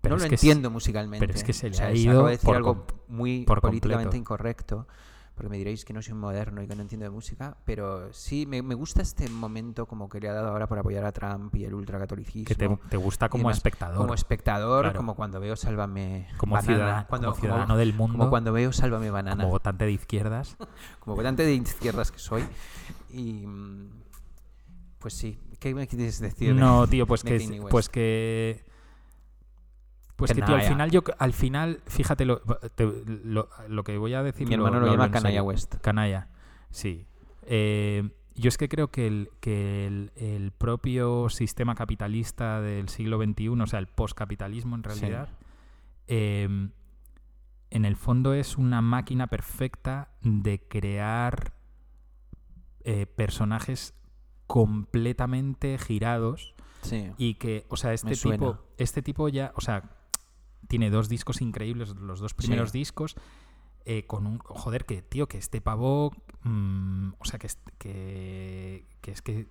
Speaker 4: Pero
Speaker 3: no
Speaker 4: es
Speaker 3: lo
Speaker 4: que es-
Speaker 3: entiendo musicalmente.
Speaker 4: pero es que se le
Speaker 3: O sea,
Speaker 4: ha
Speaker 3: acabo
Speaker 4: ido
Speaker 3: de decir
Speaker 4: por
Speaker 3: algo
Speaker 4: com-
Speaker 3: muy
Speaker 4: por
Speaker 3: políticamente
Speaker 4: completo.
Speaker 3: incorrecto, porque me diréis que no soy un moderno y que no entiendo de música, pero sí, me, me gusta este momento como que le ha dado ahora por apoyar a Trump y el ultracatolicismo.
Speaker 4: Que te, te gusta
Speaker 3: y
Speaker 4: como
Speaker 3: demás.
Speaker 4: espectador.
Speaker 3: Como espectador,
Speaker 4: Claro.
Speaker 3: como cuando veo Sálvame
Speaker 4: Como
Speaker 3: Banana,
Speaker 4: ciudadano- como ciudadano del mundo.
Speaker 3: Como cuando veo Sálvame Banana.
Speaker 4: como votante de izquierdas.
Speaker 3: Como votante de izquierdas que soy. Y... mm, Pues sí, ¿qué me quieres decir? de-
Speaker 4: No, tío, pues
Speaker 3: de
Speaker 4: que, es-
Speaker 3: Kanye West?
Speaker 4: pues que, pues
Speaker 3: Que
Speaker 4: que, tío, al
Speaker 3: naya.
Speaker 4: final yo, al final, fíjate lo, te- lo, lo que voy a decir.
Speaker 3: Mi hermano lo
Speaker 4: hablo
Speaker 3: llama
Speaker 4: en serio.
Speaker 3: Canalla West.
Speaker 4: Canalla, sí. Eh, yo es que creo que, el, que el, el propio sistema capitalista del siglo XXI, o sea, el postcapitalismo en
Speaker 3: Sí.
Speaker 4: realidad, eh, en el fondo es una máquina perfecta de crear eh, personajes completamente girados
Speaker 3: Sí.
Speaker 4: y que, o sea, este
Speaker 3: Me suena.
Speaker 4: tipo, este tipo ya, o sea, tiene dos discos increíbles, los dos primeros
Speaker 3: Sí.
Speaker 4: discos, eh, con un, joder, que tío, que este pavo, mm, o sea, que, est- que, que es que,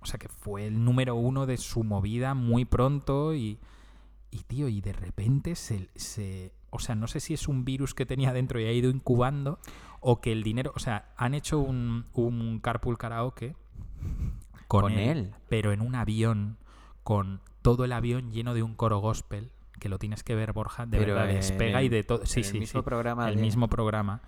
Speaker 4: o sea, que fue el número uno de su movida muy pronto y, y tío, y de repente se, se- o sea, no sé si es un virus que tenía dentro y ha ido incubando o que el dinero, o sea, han hecho un, un carpool karaoke
Speaker 3: Con él.
Speaker 4: pero en un avión, con todo el avión lleno de un coro gospel, que lo tienes que ver, Borja, de
Speaker 3: Pero
Speaker 4: verdad,
Speaker 3: en
Speaker 4: despega y
Speaker 3: el-
Speaker 4: de todo. Sí,
Speaker 3: en el
Speaker 4: sí,
Speaker 3: mismo
Speaker 4: sí.
Speaker 3: programa
Speaker 4: El
Speaker 3: de-
Speaker 4: mismo programa,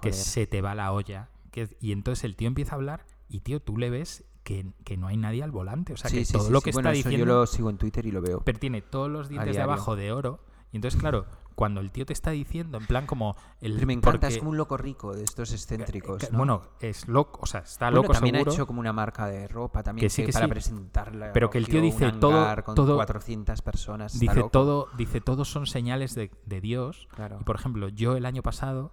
Speaker 4: que
Speaker 3: Joder.
Speaker 4: se te va la olla. que- y entonces el tío empieza a hablar y, tío, tú le ves que, que no hay nadie al volante. O sea, que todo lo que
Speaker 3: Bueno,
Speaker 4: está
Speaker 3: eso
Speaker 4: diciendo
Speaker 3: Yo lo sigo en Twitter y lo veo.
Speaker 4: pero tiene todos los dientes de
Speaker 3: diario.
Speaker 4: abajo de oro. Y entonces, claro, cuando el tío te está diciendo, en plan como... El,
Speaker 3: Pero me encanta,
Speaker 4: porque-
Speaker 3: es como un loco rico de estos excéntricos.
Speaker 4: que-
Speaker 3: ¿no?
Speaker 4: Bueno, es loco, o sea, está
Speaker 3: Bueno,
Speaker 4: loco
Speaker 3: también
Speaker 4: seguro.
Speaker 3: ha hecho como una marca de ropa también
Speaker 4: Que sí, que
Speaker 3: para
Speaker 4: sí.
Speaker 3: presentarla.
Speaker 4: Pero que el tío
Speaker 3: cogió
Speaker 4: dice
Speaker 3: un
Speaker 4: todo-
Speaker 3: hangar con
Speaker 4: todo-
Speaker 3: 400 personas. está
Speaker 4: dice
Speaker 3: loco.
Speaker 4: todo, dice todo son señales de, de Dios.
Speaker 3: Claro.
Speaker 4: Y por ejemplo, yo el año pasado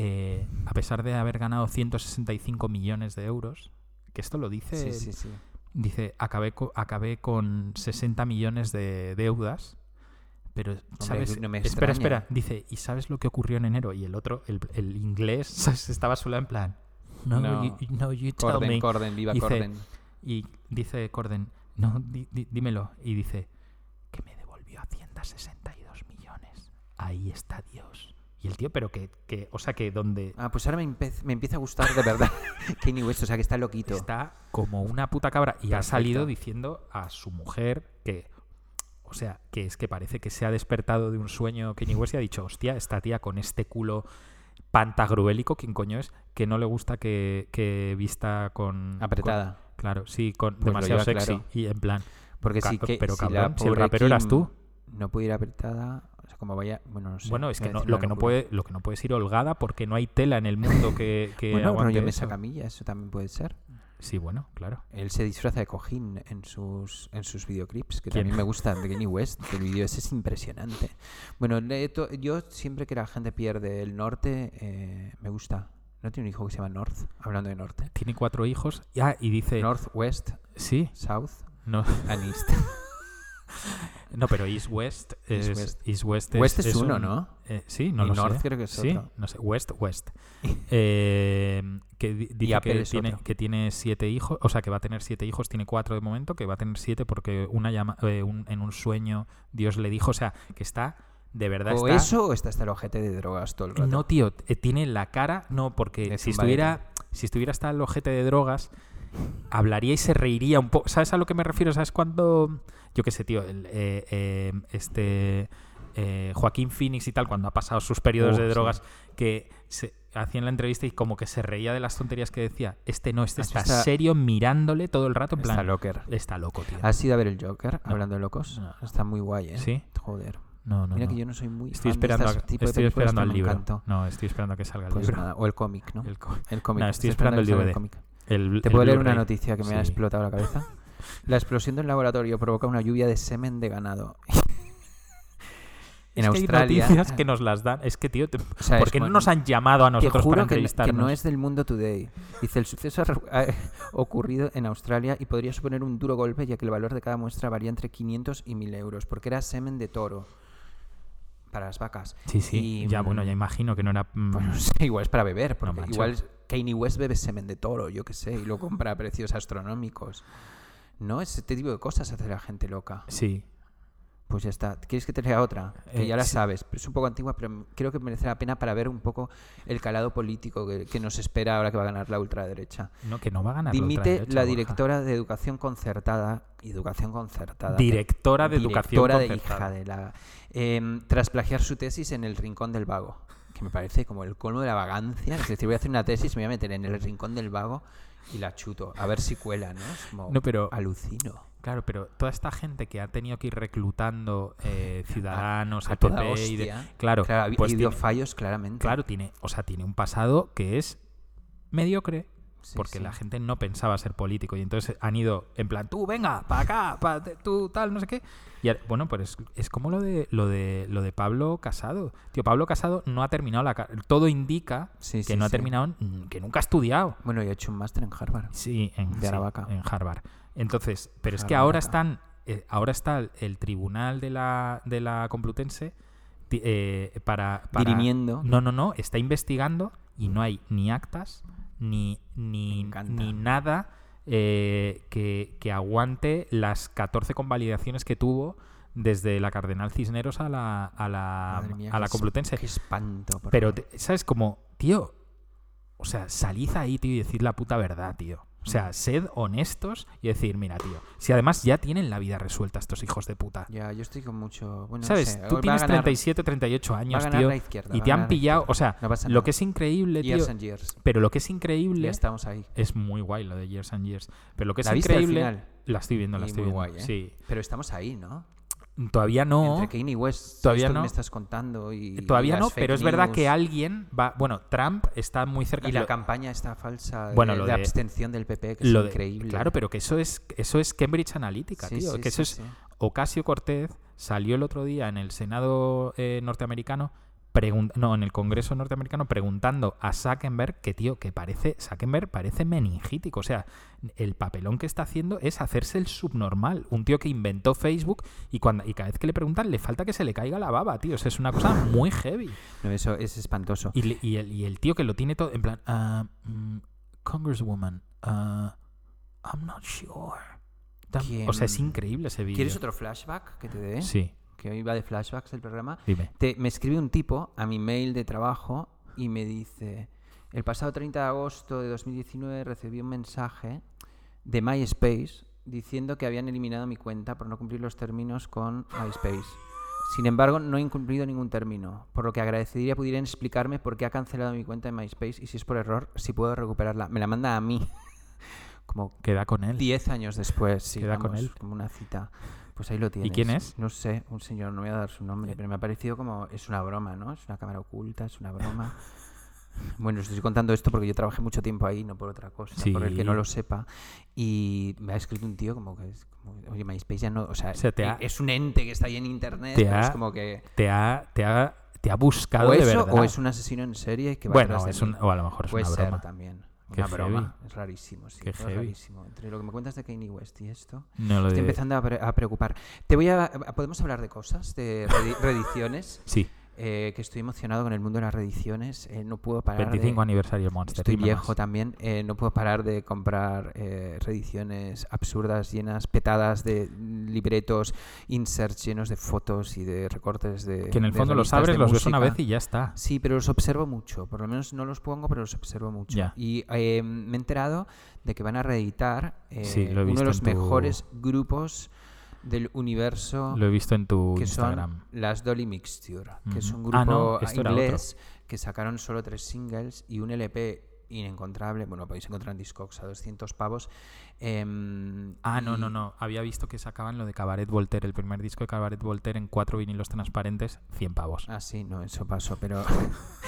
Speaker 4: eh, a pesar de haber ganado 165 millones de euros, que esto lo dice,
Speaker 3: Sí,
Speaker 4: el-
Speaker 3: sí, sí.
Speaker 4: dice, acabé, co- acabé con 60 millones de deudas, pero, ¿sabes?
Speaker 3: no me
Speaker 4: espera,
Speaker 3: extraña.
Speaker 4: espera, dice, ¿y sabes lo que ocurrió en enero? Y el otro, el, el inglés, ¿sabes? estaba solo en plan, no,
Speaker 3: No.
Speaker 4: You, no, you tell
Speaker 3: Corden,
Speaker 4: me".
Speaker 3: Corden, viva
Speaker 4: Dice,
Speaker 3: Corden.
Speaker 4: Y dice Corden, no, di- di- dímelo. Y dice, que me devolvió Hacienda 62 millones. Ahí está Dios. Y el tío, pero que, que o sea, que donde
Speaker 3: Ah, pues ahora me, empe- me empieza a gustar de verdad Kanye West, o sea que está loquito.
Speaker 4: está como una puta cabra. Y ha
Speaker 3: Perfecto.
Speaker 4: salido diciendo a su mujer que, o sea, que es que parece que se ha despertado de un sueño Kanye West y ha dicho, hostia, esta tía con este culo pantagruélico, ¿quién coño es? Que no le gusta que, que vista con...
Speaker 3: Mm, Apretada.
Speaker 4: con- claro, sí, con
Speaker 3: Pues lo
Speaker 4: demasiado
Speaker 3: lleva
Speaker 4: sexy.
Speaker 3: claro.
Speaker 4: Y en plan...
Speaker 3: Porque
Speaker 4: Ca-
Speaker 3: sí que
Speaker 4: pero
Speaker 3: si la
Speaker 4: cabrón, si el
Speaker 3: pobre
Speaker 4: rapero eras
Speaker 3: Kim
Speaker 4: tú.
Speaker 3: No pudiera apretada, o sea, como vaya, bueno, no sé.
Speaker 4: Bueno, es
Speaker 3: iba
Speaker 4: que
Speaker 3: a
Speaker 4: no-
Speaker 3: decir
Speaker 4: lo,
Speaker 3: una
Speaker 4: que no
Speaker 3: locura.
Speaker 4: puede, lo que no puede es ir holgada porque no hay tela en el mundo que, que
Speaker 3: Bueno,
Speaker 4: aguante
Speaker 3: rollo
Speaker 4: eso.
Speaker 3: mesa camilla, eso también puede ser.
Speaker 4: Sí, bueno, claro.
Speaker 3: Él se disfraza de cojín en sus en sus videoclips, que
Speaker 4: ¿Quién?
Speaker 3: también me gustan de Kanye West, que el vídeo ese es impresionante. Bueno, le- to- yo siempre que la gente pierde el norte, eh, me gusta. ¿No tiene un hijo que se llama North? Hablando de norte.
Speaker 4: Tiene cuatro hijos. y- Ah, y dice...
Speaker 3: North, West,
Speaker 4: Sí,
Speaker 3: South
Speaker 4: no,
Speaker 3: and East.
Speaker 4: no, pero East West es...
Speaker 3: East West.
Speaker 4: East West
Speaker 3: West es uno,
Speaker 4: un-
Speaker 3: ¿no?
Speaker 4: eh, sí, no
Speaker 3: Y
Speaker 4: lo
Speaker 3: North
Speaker 4: sé.
Speaker 3: creo que es
Speaker 4: sí,
Speaker 3: otro.
Speaker 4: no sé. West, West. Eh, que di- dice
Speaker 3: Apple
Speaker 4: que
Speaker 3: es
Speaker 4: tiene,
Speaker 3: otro.
Speaker 4: que tiene siete hijos, o sea, que va a tener siete hijos, tiene cuatro de momento, que va a tener siete porque una llama, eh, un- en un sueño Dios le dijo, o sea, que está... De verdad
Speaker 3: O
Speaker 4: está...
Speaker 3: eso o está hasta el ojete de drogas todo el rato.
Speaker 4: No, tío, eh, tiene la cara. No, porque
Speaker 3: De
Speaker 4: si
Speaker 3: zumbadera.
Speaker 4: estuviera, si estuviera hasta el ojete de drogas, hablaría y se reiría un poco. ¿Sabes a lo que me refiero? ¿Sabes cuando. Yo qué sé, tío, el, eh, eh, este. eh, Joaquín Phoenix y tal, cuando ha pasado sus periodos
Speaker 3: Uh,
Speaker 4: de
Speaker 3: sí.
Speaker 4: drogas, que se hacían la entrevista y como que se reía de las tonterías que decía. Este no, este
Speaker 3: Así
Speaker 4: está,
Speaker 3: está-
Speaker 4: serio mirándole todo el rato en plan.
Speaker 3: Está Ah, locker.
Speaker 4: Está loco, tío.
Speaker 3: ¿Has ido a ver el Joker? Hablando de locos.
Speaker 4: No.
Speaker 3: Está muy guay, ¿eh?
Speaker 4: Sí.
Speaker 3: Joder.
Speaker 4: No, no,
Speaker 3: Mira que
Speaker 4: no.
Speaker 3: yo no soy muy fan de
Speaker 4: Estoy esperando,
Speaker 3: estas
Speaker 4: a-
Speaker 3: tipo de
Speaker 4: estoy
Speaker 3: películas,
Speaker 4: esperando
Speaker 3: pero
Speaker 4: al
Speaker 3: me
Speaker 4: libro.
Speaker 3: encantó.
Speaker 4: No, estoy esperando a que salga el
Speaker 3: Pues
Speaker 4: libro.
Speaker 3: nada, o el cómic, ¿no?
Speaker 4: El co-
Speaker 3: El cómic.
Speaker 4: Nah, estoy esperando
Speaker 3: que
Speaker 4: el
Speaker 3: salga
Speaker 4: DVD.
Speaker 3: cómic.
Speaker 4: el-
Speaker 3: Te
Speaker 4: el
Speaker 3: puedo leer una
Speaker 4: Blu-ray.
Speaker 3: noticia que me ha
Speaker 4: Sí.
Speaker 3: explotado la cabeza. La explosión de un laboratorio provoca una lluvia de semen de ganado. en
Speaker 4: es Que
Speaker 3: Australia.
Speaker 4: hay noticias que nos las dan. Es que, tío, te-
Speaker 3: O sea,
Speaker 4: ¿por
Speaker 3: es
Speaker 4: qué no
Speaker 3: mo-
Speaker 4: nos han llamado a
Speaker 3: Te
Speaker 4: nosotros para
Speaker 3: juro que, n- que
Speaker 4: entrevistarnos?
Speaker 3: no es del mundo today. Dice, el suceso ha re- ha ocurrido en Australia y podría suponer un duro golpe ya que el valor de cada muestra varía entre 500 y 1000 euros, porque era semen de toro para las vacas.
Speaker 4: Sí, sí.
Speaker 3: Y,
Speaker 4: ya, bueno, ya imagino que no era. mm,
Speaker 3: Pues no sé, igual es para beber, porque
Speaker 4: macho.
Speaker 3: igual Kanye West bebe semen de toro, yo qué sé, y lo compra a precios astronómicos. No, ese tipo de cosas hace la gente loca.
Speaker 4: Sí.
Speaker 3: Pues ya está. ¿Quieres que te lea otra? Que
Speaker 4: Eh,
Speaker 3: ya la
Speaker 4: sí.
Speaker 3: sabes. pero Es un poco antigua, pero m- creo que merece la pena para ver un poco el calado político que, que nos espera ahora que va a ganar la ultraderecha.
Speaker 4: No, que no va a ganar. eh,
Speaker 3: Dimite
Speaker 4: ultraderecha,
Speaker 3: la
Speaker 4: Borja.
Speaker 3: directora de educación concertada. Educación concertada.
Speaker 4: Directora de educación.
Speaker 3: Directora de hija
Speaker 4: concertada.
Speaker 3: de la. em, tras plagiar su tesis en el rincón del vago. Que me parece como el colmo de la vagancia. Es decir, voy a hacer una tesis, me voy a meter en el rincón del vago y la chuto. A ver si cuela, ¿no? Es como
Speaker 4: No, pero-
Speaker 3: Alucino.
Speaker 4: Claro, pero toda esta gente que ha tenido que ir reclutando eh, ciudadanos,
Speaker 3: a
Speaker 4: APP
Speaker 3: toda
Speaker 4: y de-
Speaker 3: hostia.
Speaker 4: Claro,
Speaker 3: Claro, ha
Speaker 4: pues
Speaker 3: habido
Speaker 4: tiene-
Speaker 3: fallos claramente.
Speaker 4: claro, tiene, o sea, tiene un pasado que es mediocre.
Speaker 3: Sí, sí.
Speaker 4: Porque la gente no pensaba ser político y entonces han ido en plan, tú venga, para acá, pa' te- tú tal, no sé qué. Y ahora- bueno, pues es, es como lo de, lo, de, lo de Pablo Casado. Tío, Pablo Casado no ha terminado la... car- Todo indica
Speaker 3: Sí,
Speaker 4: que
Speaker 3: sí,
Speaker 4: no ha
Speaker 3: sí.
Speaker 4: terminado, mm, que nunca ha estudiado.
Speaker 3: Bueno, yo he hecho un máster en Harvard.
Speaker 4: Sí, en,
Speaker 3: De
Speaker 4: sí,
Speaker 3: Aravaca.
Speaker 4: en Harvard. Entonces, pero es que
Speaker 3: Aravaca.
Speaker 4: ahora están, eh, ahora está el, el tribunal de la, de la Complutense ti- eh, para, para-
Speaker 3: Dirimiendo.
Speaker 4: No, no, no. Está investigando y no hay ni actas ni ni,
Speaker 3: encanta.
Speaker 4: ni nada eh, que, que aguante las 14 convalidaciones que tuvo desde la Cardenal Cisneros a la a la,
Speaker 3: Madre mía,
Speaker 4: a la
Speaker 3: qué
Speaker 4: Complutense.
Speaker 3: es- Qué espanto. por
Speaker 4: Pero,
Speaker 3: favor.
Speaker 4: te- ¿sabes? Como, tío, o sea, salid ahí, tío, y decid la puta verdad, tío. O
Speaker 3: Mm.
Speaker 4: sea, sed honestos y decir, mira, tío, si además ya tienen la vida resuelta estos hijos de puta.
Speaker 3: Ya, yo estoy con mucho. Bueno, no
Speaker 4: ¿Sabes?
Speaker 3: sé, va
Speaker 4: Tú
Speaker 3: a
Speaker 4: tienes
Speaker 3: ganar
Speaker 4: 37, 38 años,
Speaker 3: ganar
Speaker 4: tío,
Speaker 3: la izquierda,
Speaker 4: y
Speaker 3: va a
Speaker 4: te
Speaker 3: ganar
Speaker 4: han
Speaker 3: la
Speaker 4: pillado, o sea,
Speaker 3: No pasa
Speaker 4: lo
Speaker 3: nada.
Speaker 4: que es increíble, tío,
Speaker 3: Years and Years.
Speaker 4: pero lo que es
Speaker 3: Ya
Speaker 4: increíble
Speaker 3: estamos ahí.
Speaker 4: es muy guay lo de Years and Years, pero lo que es
Speaker 3: ¿La viste al
Speaker 4: increíble
Speaker 3: final?
Speaker 4: la estoy viendo, la
Speaker 3: Y
Speaker 4: estoy
Speaker 3: muy
Speaker 4: viendo.
Speaker 3: guay, ¿eh?
Speaker 4: Sí.
Speaker 3: Pero estamos ahí, ¿no?
Speaker 4: Todavía no.
Speaker 3: Entre Kanye West,
Speaker 4: todavía
Speaker 3: esto que
Speaker 4: no.
Speaker 3: me estás contando y y
Speaker 4: Todavía
Speaker 3: las
Speaker 4: no,
Speaker 3: fake
Speaker 4: pero es verdad que
Speaker 3: news
Speaker 4: alguien va, bueno, Trump está muy cerca
Speaker 3: y la
Speaker 4: lo-
Speaker 3: campaña está falsa de-
Speaker 4: Bueno,
Speaker 3: de,
Speaker 4: lo de-
Speaker 3: abstención del PP que
Speaker 4: Lo
Speaker 3: es
Speaker 4: de-
Speaker 3: increíble.
Speaker 4: claro, pero que eso es, eso es Cambridge Analytica,
Speaker 3: Sí,
Speaker 4: tío.
Speaker 3: sí,
Speaker 4: que eso
Speaker 3: sí,
Speaker 4: es
Speaker 3: sí.
Speaker 4: Ocasio Cortez salió el otro día en el Senado eh, norteamericano pregun- no, en el Congreso norteamericano preguntando a Zuckerberg que, tío, que parece, Zuckerberg parece meningítico. O sea, el papelón que está haciendo es hacerse el subnormal. Un tío que inventó Facebook y, cuando, y cada vez que le preguntan le falta que se le caiga la baba, tío. O sea, es una cosa muy heavy.
Speaker 3: No, eso es espantoso.
Speaker 4: Y, le- y el, y el tío que lo tiene todo, en plan, ah, mm, Congresswoman, ah, I'm not sure. Tam-
Speaker 3: ¿Quién?
Speaker 4: O sea, es increíble ese vídeo.
Speaker 3: mm, ¿Quieres otro flashback que te dé?
Speaker 4: Sí,
Speaker 3: Que hoy va de flashbacks el programa.
Speaker 4: dime.
Speaker 3: Te- me escribe un tipo a mi mail de trabajo y me dice, el pasado 30 de agosto de 2019 recibí un mensaje de MySpace diciendo que habían eliminado mi cuenta por no cumplir los términos con MySpace. Sin embargo, no he incumplido ningún término, por lo que agradecería pudieran explicarme por qué ha cancelado mi cuenta en MySpace y si es por error, si puedo recuperarla. Me la manda a mí, como
Speaker 4: Queda con él.
Speaker 3: 10 años después, sí,
Speaker 4: Queda con
Speaker 3: vamos,
Speaker 4: él.
Speaker 3: como una cita. Pues ahí lo tienes.
Speaker 4: quién es? Eh.
Speaker 3: No sé, un señor, no voy a dar su nombre, pero me ha parecido como, es una broma, ¿no? Es una cámara oculta, es una broma. Bueno, os estoy contando esto porque yo trabajé mucho tiempo ahí, no por otra cosa, por el que no
Speaker 4: Sí.
Speaker 3: lo sepa. Y me ha escrito un tío como que es, como, oye, MySpace ya no, o sea,
Speaker 4: O sea, te
Speaker 3: e-
Speaker 4: ha-
Speaker 3: es un ente que está ahí en internet,
Speaker 4: te
Speaker 3: pero es
Speaker 4: ha-
Speaker 3: como que...
Speaker 4: Te ha, te ha, te ha buscado
Speaker 3: O
Speaker 4: de
Speaker 3: eso,
Speaker 4: verdad.
Speaker 3: o es un asesino en serie que va
Speaker 4: bueno,
Speaker 3: detrás de
Speaker 4: es
Speaker 3: mí.
Speaker 4: un- o a lo mejor es
Speaker 3: Puede
Speaker 4: una
Speaker 3: ser
Speaker 4: broma.
Speaker 3: también.
Speaker 4: Qué
Speaker 3: una broma. Es rarísimo, sí.
Speaker 4: Qué
Speaker 3: todo es
Speaker 4: heavy.
Speaker 3: rarísimo. Entre lo que me cuentas de Kanye West y esto,
Speaker 4: No lo
Speaker 3: estoy
Speaker 4: de-
Speaker 3: empezando a, pre- a preocupar. Te voy a, a- ¿Podemos hablar de cosas? De redi- reediciones.
Speaker 4: Sí,
Speaker 3: Eh, que estoy emocionado con el mundo de las reediciones. Eh, no puedo parar.
Speaker 4: 25
Speaker 3: de...
Speaker 4: aniversario Monster.
Speaker 3: Estoy
Speaker 4: dime más.
Speaker 3: viejo también. eh, no puedo parar de comprar eh, reediciones absurdas, llenas, petadas de libretos, inserts llenos de fotos y de recortes de.
Speaker 4: Que en el
Speaker 3: de
Speaker 4: fondo los
Speaker 3: revistas de
Speaker 4: abres, los ves una
Speaker 3: música.
Speaker 4: vez y ya está.
Speaker 3: Sí, pero los observo mucho. Por lo menos no los pongo, pero los observo mucho.
Speaker 4: Ya.
Speaker 3: Y eh, me he enterado de que van a reeditar eh,
Speaker 4: Sí, lo he
Speaker 3: uno
Speaker 4: visto
Speaker 3: de los
Speaker 4: en tu-
Speaker 3: mejores grupos del universo,
Speaker 4: Lo he visto en tu
Speaker 3: que
Speaker 4: Instagram.
Speaker 3: son las Dolly Mixture, que es
Speaker 4: Ujú.
Speaker 3: un
Speaker 4: Ah, no,
Speaker 3: grupo
Speaker 4: esto era otro.
Speaker 3: inglés que sacaron solo tres singles y un LP inencontrable. Bueno, lo podéis encontrar en Discogs a 200 pavos. em,
Speaker 4: Ah, no,
Speaker 3: y-
Speaker 4: no, no. Había visto que sacaban lo de Cabaret Voltaire, el primer disco de Cabaret Voltaire en cuatro vinilos transparentes, 100 pavos.
Speaker 3: Ah, sí, no, eso pasó, pero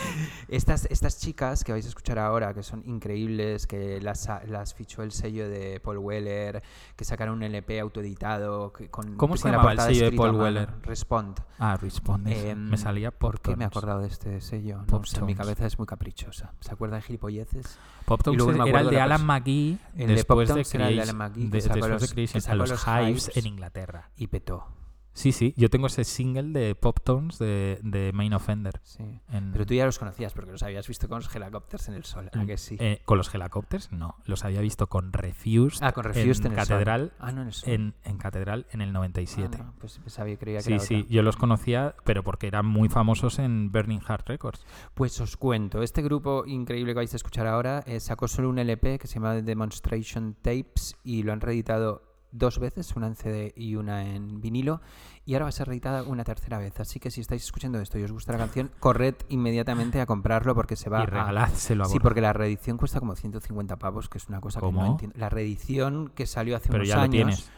Speaker 3: estas, estas chicas que vais a escuchar ahora, que son increíbles, que las, ha- las fichó el sello de Paul Weller, que sacaron un LP autoeditado, que con,
Speaker 4: ¿Cómo se
Speaker 3: con la
Speaker 4: llamaba el
Speaker 3: portada
Speaker 4: sello de
Speaker 3: escrita a
Speaker 4: Paul
Speaker 3: mano,
Speaker 4: Weller?
Speaker 3: Respond.
Speaker 4: Ah, respondes.
Speaker 3: Em,
Speaker 4: me salía por
Speaker 3: ¿Por qué me he acordado de este sello? No
Speaker 4: Pop
Speaker 3: sé, mi
Speaker 4: Tones.
Speaker 3: cabeza es muy caprichosa. ¿Se acuerda de gilipolleces?
Speaker 4: Pop
Speaker 3: Y
Speaker 4: Tones
Speaker 3: luego me
Speaker 4: era el
Speaker 3: acuerdo
Speaker 4: de
Speaker 3: la
Speaker 4: Alan
Speaker 3: cosa.
Speaker 4: McGee
Speaker 3: El de Pop
Speaker 4: después de,
Speaker 3: Tones era el de
Speaker 4: Creation-
Speaker 3: Alan McGee, que
Speaker 4: de-
Speaker 3: sacó
Speaker 4: después de
Speaker 3: los- que
Speaker 4: Creation
Speaker 3: sacó
Speaker 4: a los,
Speaker 3: los
Speaker 4: Hives,
Speaker 3: Hives.
Speaker 4: en Inglaterra.
Speaker 3: Y petó,
Speaker 4: Sí, sí, yo tengo ese single de Pop Tones de, de Main Offender.
Speaker 3: sí.
Speaker 4: en-
Speaker 3: Pero tú ya los conocías porque los habías visto con los helicópteros en el sol, ¿a que sí?
Speaker 4: eh, con los helicópteros, no. Los había visto con Refused,
Speaker 3: ah, con Refused en,
Speaker 4: en,
Speaker 3: el Sol.
Speaker 4: Catedral,
Speaker 3: Ah, no, en el sol.
Speaker 4: en, en Catedral en el
Speaker 3: Ah,
Speaker 4: 97.
Speaker 3: no, pues sabía, creía que
Speaker 4: Sí,
Speaker 3: era
Speaker 4: sí,
Speaker 3: otra.
Speaker 4: yo los conocía, pero porque eran muy famosos en Burning Heart Records.
Speaker 3: Pues os cuento, este grupo increíble que vais a escuchar ahora eh, sacó solo un LP que se llama The Demonstration Tapes y lo han reeditado dos veces, una en CD y una en vinilo, y ahora va a ser reeditada una tercera vez. Así que si estáis escuchando esto y os gusta la canción, corred inmediatamente a comprarlo porque se va
Speaker 4: y regaládselo
Speaker 3: a...
Speaker 4: a
Speaker 3: Sí,
Speaker 4: Borja.
Speaker 3: porque la reedición cuesta como 150 pavos, que es una cosa que
Speaker 4: ¿Cómo?
Speaker 3: no entiendo. La reedición que salió hace
Speaker 4: Pero
Speaker 3: unos
Speaker 4: ya
Speaker 3: años...
Speaker 4: lo tienes.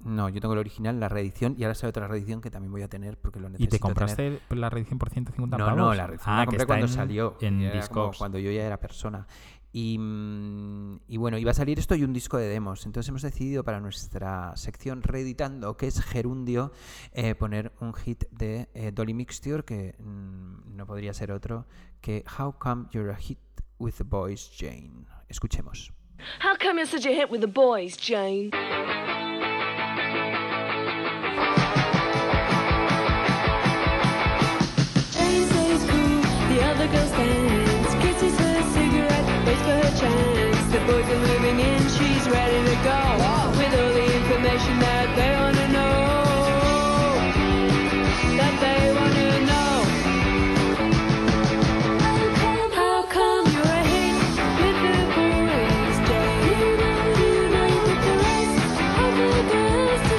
Speaker 3: No, yo tengo el original, la reedición, y ahora sale otra reedición que también voy a tener porque lo
Speaker 4: ¿Y
Speaker 3: necesito
Speaker 4: te
Speaker 3: tener.
Speaker 4: compraste la reedición por 150
Speaker 3: No,
Speaker 4: pavos?
Speaker 3: no, la reedición
Speaker 4: ah,
Speaker 3: la
Speaker 4: que
Speaker 3: compré
Speaker 4: está
Speaker 3: cuando
Speaker 4: en-
Speaker 3: salió.
Speaker 4: En
Speaker 3: ya era como
Speaker 4: Discogs.
Speaker 3: cuando yo ya era persona. Y, mm, y bueno, iba a salir esto y un disco de demos. Entonces hemos decidido para nuestra sección reeditando, que es Gerundio, eh, poner un hit de eh, Dolly Mixture, que mm, no podría ser otro, que How Come You're a Hit with the Boys Jane. Escuchemos.
Speaker 7: How come you're such a hit with the boys, Jane? Jane stays cool, the other girls dance. Kisses her cigarette, waits for her chance. The boys are moving in, she's ready to go. With all the information that they wanna know. That they wanna know. How come you're a hit with the boys, Jane? You know, you know, with the rest. How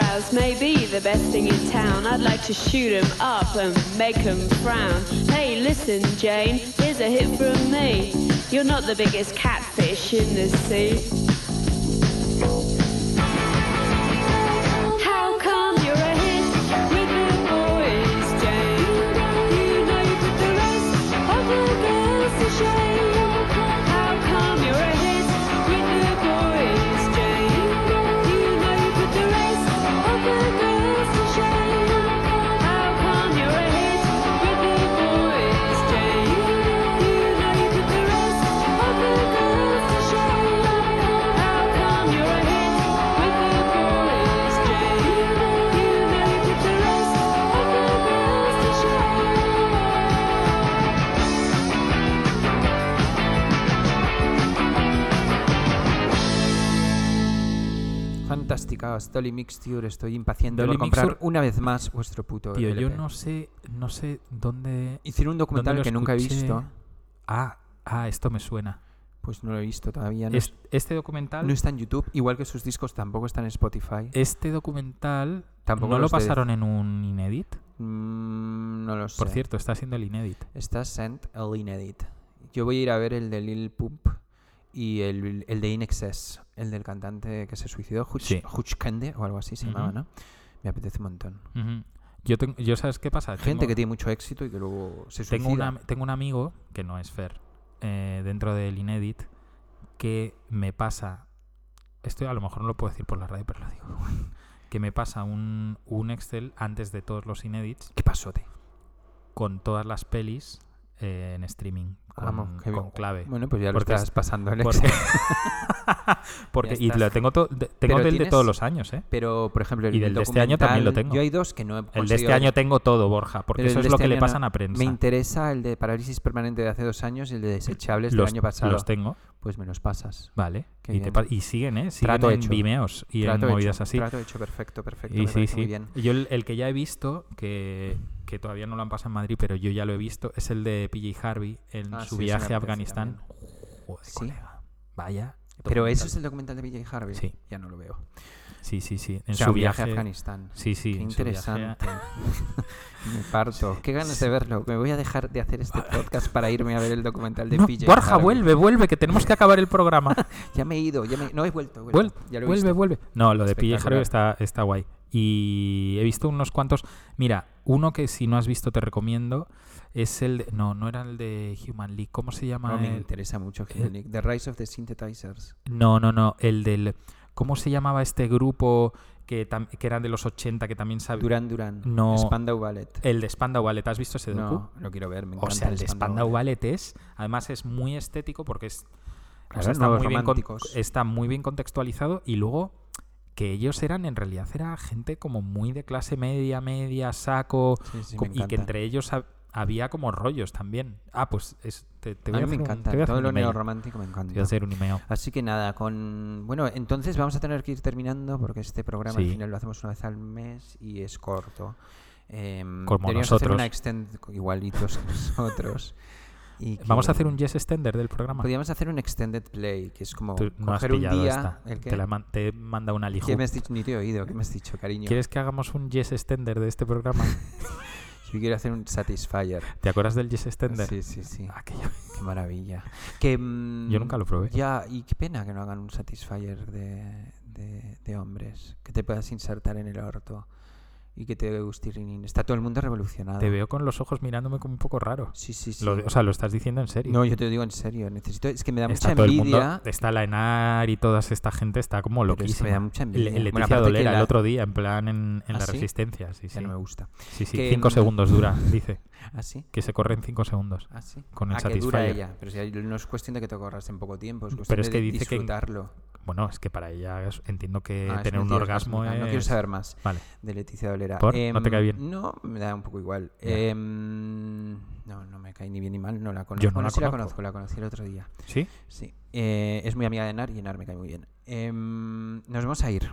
Speaker 1: house may be the best thing in town. I'd like to shoot 'em up and make 'em frown. Hey, listen, Jane, here's a hit from me. You're not the biggest catfish in the sea. How come you're a hit with the boys, Jane? You know you put the rest of the girls to shame. How come you're a hit with the boys, Jane? You know you put the rest of the girls to shame. How come you're a hit with the boys, Jane? You know you put the rest of the girls to shame. How come you're a hit with the boys, Jane? You know you put the rest of the girls to shame.
Speaker 3: Fantástica, Dolly Mixture, estoy impaciente por
Speaker 4: Dolly
Speaker 3: comprar
Speaker 4: Mixture-
Speaker 3: una vez más vuestro puto
Speaker 4: Tío, yo
Speaker 3: LP.
Speaker 4: no sé, no sé dónde.
Speaker 3: Hicieron un documental
Speaker 4: lo
Speaker 3: que nunca he
Speaker 4: escuché?
Speaker 3: visto,
Speaker 4: Ah, ah, esto me suena.
Speaker 3: pues no lo he visto todavía. No,
Speaker 4: Es- este documental,
Speaker 3: no está en YouTube, igual que sus discos tampoco están en Spotify.
Speaker 4: este documental,
Speaker 3: Tampoco
Speaker 4: ¿no lo
Speaker 3: los de-
Speaker 4: pasaron en un inedit?
Speaker 3: Mm, no lo sé.
Speaker 4: Por cierto, está siendo el inedit.
Speaker 3: Está Sent el Inedit. Yo voy a ir a ver el de Lil Pump y el, el de Inexcess, el del cantante que se suicidó, Hutch,
Speaker 4: Sí.
Speaker 3: Kende o algo así se llamaba,
Speaker 4: Ujú.
Speaker 3: ¿no? Me apetece un montón.
Speaker 4: Ujú. Yo, tengo, yo sabes qué pasa.
Speaker 3: Gente
Speaker 4: Tengo-
Speaker 3: que tiene mucho éxito y que luego se suicida.
Speaker 4: tengo, un am- tengo un amigo, que no es Fer, eh, dentro del Inedit, que me pasa. Esto a lo mejor no lo puedo decir por la radio, pero lo digo. que me pasa un, un Excel antes de todos los Inedits
Speaker 3: ¿Qué pasó, tío?
Speaker 4: con todas las pelis eh, en streaming. Con,
Speaker 3: Vamos, qué
Speaker 4: con
Speaker 3: bien.
Speaker 4: clave.
Speaker 3: Bueno, pues ya lo
Speaker 4: Porque
Speaker 3: estás
Speaker 4: es-
Speaker 3: pasando el
Speaker 4: Porque,
Speaker 3: Excel.
Speaker 4: porque-
Speaker 3: Ya
Speaker 4: y
Speaker 3: está.
Speaker 4: lo tengo, to- de-
Speaker 3: Pero
Speaker 4: tengo del de
Speaker 3: tienes-
Speaker 4: todos los años, ¿eh?
Speaker 3: Pero, por ejemplo, el
Speaker 4: Y del de este año también lo
Speaker 3: documental,
Speaker 4: tengo.
Speaker 3: Yo hay dos que no he
Speaker 4: El de
Speaker 3: conseguido
Speaker 4: este
Speaker 3: ver.
Speaker 4: año tengo todo, Borja, porque
Speaker 3: Pues Pero
Speaker 4: eso
Speaker 3: el
Speaker 4: es
Speaker 3: de
Speaker 4: lo
Speaker 3: este
Speaker 4: que le
Speaker 3: año no.
Speaker 4: pasan a prensa.
Speaker 3: Me interesa el de parálisis permanente de hace dos años y el de desechables
Speaker 4: los,
Speaker 3: del año pasado.
Speaker 4: los tengo,
Speaker 3: Pues me los pasas.
Speaker 4: vale.
Speaker 3: Qué
Speaker 4: Y, te
Speaker 3: bien.
Speaker 4: pa- y siguen, ¿eh? Siguen
Speaker 3: Trato
Speaker 4: en
Speaker 3: hecho.
Speaker 4: Vimeos y
Speaker 3: trato
Speaker 4: en movidas
Speaker 3: hecho,
Speaker 4: así.
Speaker 3: Trato hecho, perfecto, perfecto.
Speaker 4: Y
Speaker 3: me
Speaker 4: sí,
Speaker 3: parece Muy
Speaker 4: sí.
Speaker 3: bien.
Speaker 4: Yo el, el que ya he visto, que, que todavía no lo han pasado en Madrid, pero yo ya lo he visto, es el de PJ Harvey en
Speaker 3: Ah, sí, ese
Speaker 4: su
Speaker 3: me
Speaker 4: viaje
Speaker 3: apetece
Speaker 4: a Afganistán.
Speaker 3: también.
Speaker 4: Joder,
Speaker 3: Sí.
Speaker 4: colega. Vaya.
Speaker 3: Pero eso
Speaker 4: documental.
Speaker 3: es el documental de PJ Harvey.
Speaker 4: Sí.
Speaker 3: Ya no lo veo.
Speaker 4: Sí, sí, sí. En
Speaker 3: O sea,
Speaker 4: su
Speaker 3: un viaje,
Speaker 4: viaje,
Speaker 3: a Afganistán.
Speaker 4: Sí, sí.
Speaker 3: Qué
Speaker 4: en su viaje a-
Speaker 3: interesante. Me parto. Qué ganas de verlo. Me voy a dejar de hacer este podcast para irme a ver el documental de
Speaker 4: No,
Speaker 3: PJ
Speaker 4: Borja,
Speaker 3: Harvey.
Speaker 4: vuelve, vuelve, que tenemos que acabar el programa.
Speaker 3: Ya me he ido. Ya me... No, he vuelto. he
Speaker 4: Vuel-
Speaker 3: vuelto. Ya lo he
Speaker 4: vuelve,
Speaker 3: visto.
Speaker 4: vuelve. No, lo de PJ Harvey
Speaker 3: Espectacular.
Speaker 4: está, está guay. Y he visto unos cuantos. Mira, uno que si no has visto te recomiendo es el. de- no, no era el de Human League. ¿Cómo se llama?
Speaker 3: No me
Speaker 4: el-
Speaker 3: interesa mucho Human League. The Rise of the Synthesizers.
Speaker 4: no, no, no. El del. ¿Cómo se llamaba este grupo que, tam- que eran de los 80 que también sabía?
Speaker 3: Duran Duran.
Speaker 4: Eh, No.
Speaker 3: Spandau Ballet.
Speaker 4: El de Spandau Ballet. ¿Has visto ese docu?
Speaker 3: No, lo quiero ver. Me
Speaker 4: O
Speaker 3: encanta eh.
Speaker 4: sea, el de Spandau
Speaker 3: Ballet.
Speaker 4: Ballet es, además es muy estético porque es, o
Speaker 3: Claro,
Speaker 4: sea, está,
Speaker 3: nuevos
Speaker 4: muy bien con-
Speaker 3: románticos.
Speaker 4: está muy bien contextualizado y luego que ellos eran, en realidad era gente como muy de clase media, media, saco,
Speaker 3: Sí, sí,
Speaker 4: co-
Speaker 3: me
Speaker 4: y que
Speaker 3: encanta.
Speaker 4: entre ellos hab- había como rollos también. Ah, pues es, te, te voy
Speaker 3: a
Speaker 4: a
Speaker 3: mí me
Speaker 4: hacer un-
Speaker 3: encanta.
Speaker 4: te voy a hacer
Speaker 3: Todo
Speaker 4: un
Speaker 3: lo
Speaker 4: email.
Speaker 3: neorromántico me encanta.
Speaker 4: Te voy a hacer un email.
Speaker 3: Así que nada, con. Bueno, entonces vamos a tener que ir terminando porque este programa al
Speaker 4: Sí.
Speaker 3: final lo hacemos una vez al mes y es corto. Em,
Speaker 4: Como
Speaker 3: deberíamos hacer
Speaker 4: nosotros.
Speaker 3: una extend igualitos que nosotros. y
Speaker 4: Vamos a
Speaker 3: que-
Speaker 4: hacer un yes extender del programa.
Speaker 3: Podríamos hacer un extended play, que es como
Speaker 4: Tú no has
Speaker 3: coger un
Speaker 4: pillado
Speaker 3: día.
Speaker 4: esta.
Speaker 3: ¿El
Speaker 4: Te,
Speaker 3: qué?
Speaker 4: la man- te manda una lija.
Speaker 3: ¿Qué me has dicho? Ni te he oído. ¿Qué me has dicho, cariño?
Speaker 4: ¿Quieres que hagamos un yes extender de este programa?
Speaker 3: Yo quiero hacer un satisfier.
Speaker 4: ¿Te acuerdas del yes extender?
Speaker 3: Sí, sí, sí.
Speaker 4: Aquello-
Speaker 3: Qué maravilla. Que, mm,
Speaker 4: Yo nunca lo probé.
Speaker 3: Ya, y qué pena que no hagan un Satisfyer de, de- de hombres. Que te puedas insertar en el orto y que te guste. ir in- Está todo el mundo revolucionado.
Speaker 4: Te veo con los ojos mirándome como un poco raro.
Speaker 3: Sí, Ah. sí, sí.
Speaker 4: Lo- o sea, lo estás diciendo en serio.
Speaker 3: no, yo te lo digo en serio. Necesito. Es que me da
Speaker 4: está
Speaker 3: mucha
Speaker 4: todo el
Speaker 3: envidia.
Speaker 4: mundo, está la ENAR y toda esta gente está como
Speaker 3: Pero es que me
Speaker 4: loquísima.
Speaker 3: da mucha envidia.
Speaker 4: Le-
Speaker 3: Bueno,
Speaker 4: Leticia
Speaker 3: aparte que
Speaker 4: Dolera
Speaker 3: la-
Speaker 4: el otro día, en plan en, en
Speaker 3: ¿Ah,
Speaker 4: la
Speaker 3: sí?
Speaker 4: resistencia. Sí,
Speaker 3: Ya
Speaker 4: sí.
Speaker 3: no me gusta.
Speaker 4: sí, sí,
Speaker 3: Que,
Speaker 4: cinco
Speaker 3: mm,
Speaker 4: segundos dura, dice.
Speaker 3: ¿Así?
Speaker 4: Que se corren cinco segundos.
Speaker 3: ¿Así?
Speaker 4: Con el
Speaker 3: ah, que dura
Speaker 4: Satisfyer.
Speaker 3: ella. Pero si hay- no es cuestión de que te corras en poco tiempo. Es
Speaker 4: Pero
Speaker 3: cuestión
Speaker 4: es
Speaker 3: de
Speaker 4: que dice que en-
Speaker 3: disfrutarlo.
Speaker 4: Bueno, es que para ella es- entiendo que
Speaker 3: Ah, es
Speaker 4: tener un
Speaker 3: mentira, es
Speaker 4: orgasmo
Speaker 3: orgásmica.
Speaker 4: es...
Speaker 3: No quiero saber más.
Speaker 4: Vale.
Speaker 3: de Leticia Dolera.
Speaker 4: ¿Por? ¿No te
Speaker 3: Em,
Speaker 4: cae bien?
Speaker 3: No, me da un poco igual.
Speaker 4: Ya.
Speaker 3: Em, no, no me cae ni bien ni mal, no la conozco.
Speaker 4: Yo no
Speaker 3: Bueno,
Speaker 4: la
Speaker 3: sí la
Speaker 4: conozco.
Speaker 3: conozco, la conocí el otro día.
Speaker 4: ¿Sí?
Speaker 3: Sí. Eh, es muy amiga de Nar y Nar me cae muy bien. Em, nos vamos a ir.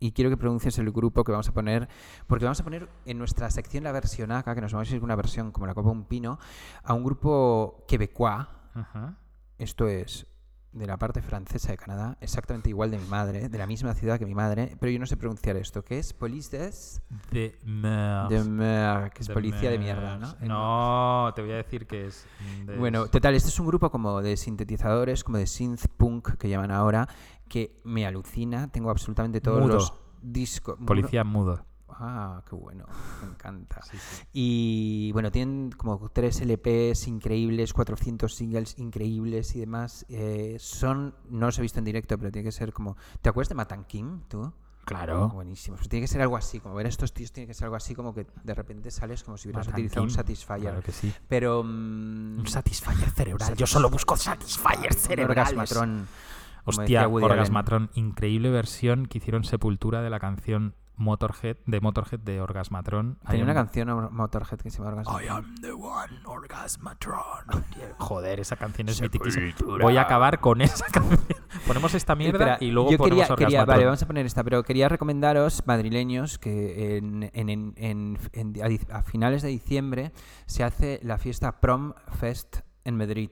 Speaker 3: Y quiero que pronuncies el grupo que vamos a poner, porque vamos a poner en nuestra sección la versión acá, que nos vamos a ir con una versión como la Copa Un Pino, a un grupo quebecuá,
Speaker 4: Ajá.
Speaker 3: esto es de la parte francesa de Canadá, exactamente igual de mi madre, de la misma ciudad que mi madre, pero yo no sé pronunciar esto, que es Police des
Speaker 4: De mer-
Speaker 3: de mer- que es
Speaker 4: de
Speaker 3: policía de
Speaker 4: mer-
Speaker 3: mierda, ¿no? En-
Speaker 4: No, te voy a decir que es. de-
Speaker 3: Bueno, total, este es un grupo como de sintetizadores, como de synth punk que llaman ahora, que me alucina. Tengo absolutamente todos
Speaker 4: Mudo.
Speaker 3: los discos.
Speaker 4: policía mudo.
Speaker 3: Ah, qué bueno, me encanta. Y bueno, tienen como tres LPs increíbles, 400 singles increíbles y demás. Eh, son, no los he visto en directo, pero tiene que ser como. ¿Te acuerdas de Matan King, tú?
Speaker 4: Claro.
Speaker 3: Buenísimo. Pues tiene que ser algo así, como ver a estos tíos, tiene que ser algo así como que de repente sales como si hubieras
Speaker 4: Matan
Speaker 3: utilizado un
Speaker 4: King,
Speaker 3: Satisfyer.
Speaker 4: claro que sí.
Speaker 3: Pero. mm,
Speaker 4: Un satisfier cerebral. Yo solo busco satisfier
Speaker 3: un
Speaker 4: cerebrales.
Speaker 3: orgasmatrón. como
Speaker 4: Hostia,
Speaker 3: decía Woody Allen.
Speaker 4: Orgasmatron, increíble versión que hicieron Sepultura de la canción Motorhead, de Motorhead de Orgasmatron. Hay
Speaker 3: Tenía una
Speaker 4: un-
Speaker 3: canción Or- Motorhead que se llama Orgasmatron.
Speaker 4: I am the one, Orgasmatron. Joder, esa canción es mitiquísima. Voy a acabar con esa canción. Ponemos esta
Speaker 3: Eh,
Speaker 4: mierda
Speaker 3: espera,
Speaker 4: y luego
Speaker 3: yo
Speaker 4: ponemos
Speaker 3: quería, quería-
Speaker 4: Orgasmatron.
Speaker 3: Vale, vamos a poner esta, pero quería recomendaros, madrileños, que en, en- en- en- en- a, dic- a finales de diciembre se hace la fiesta Prom Fest en Madrid.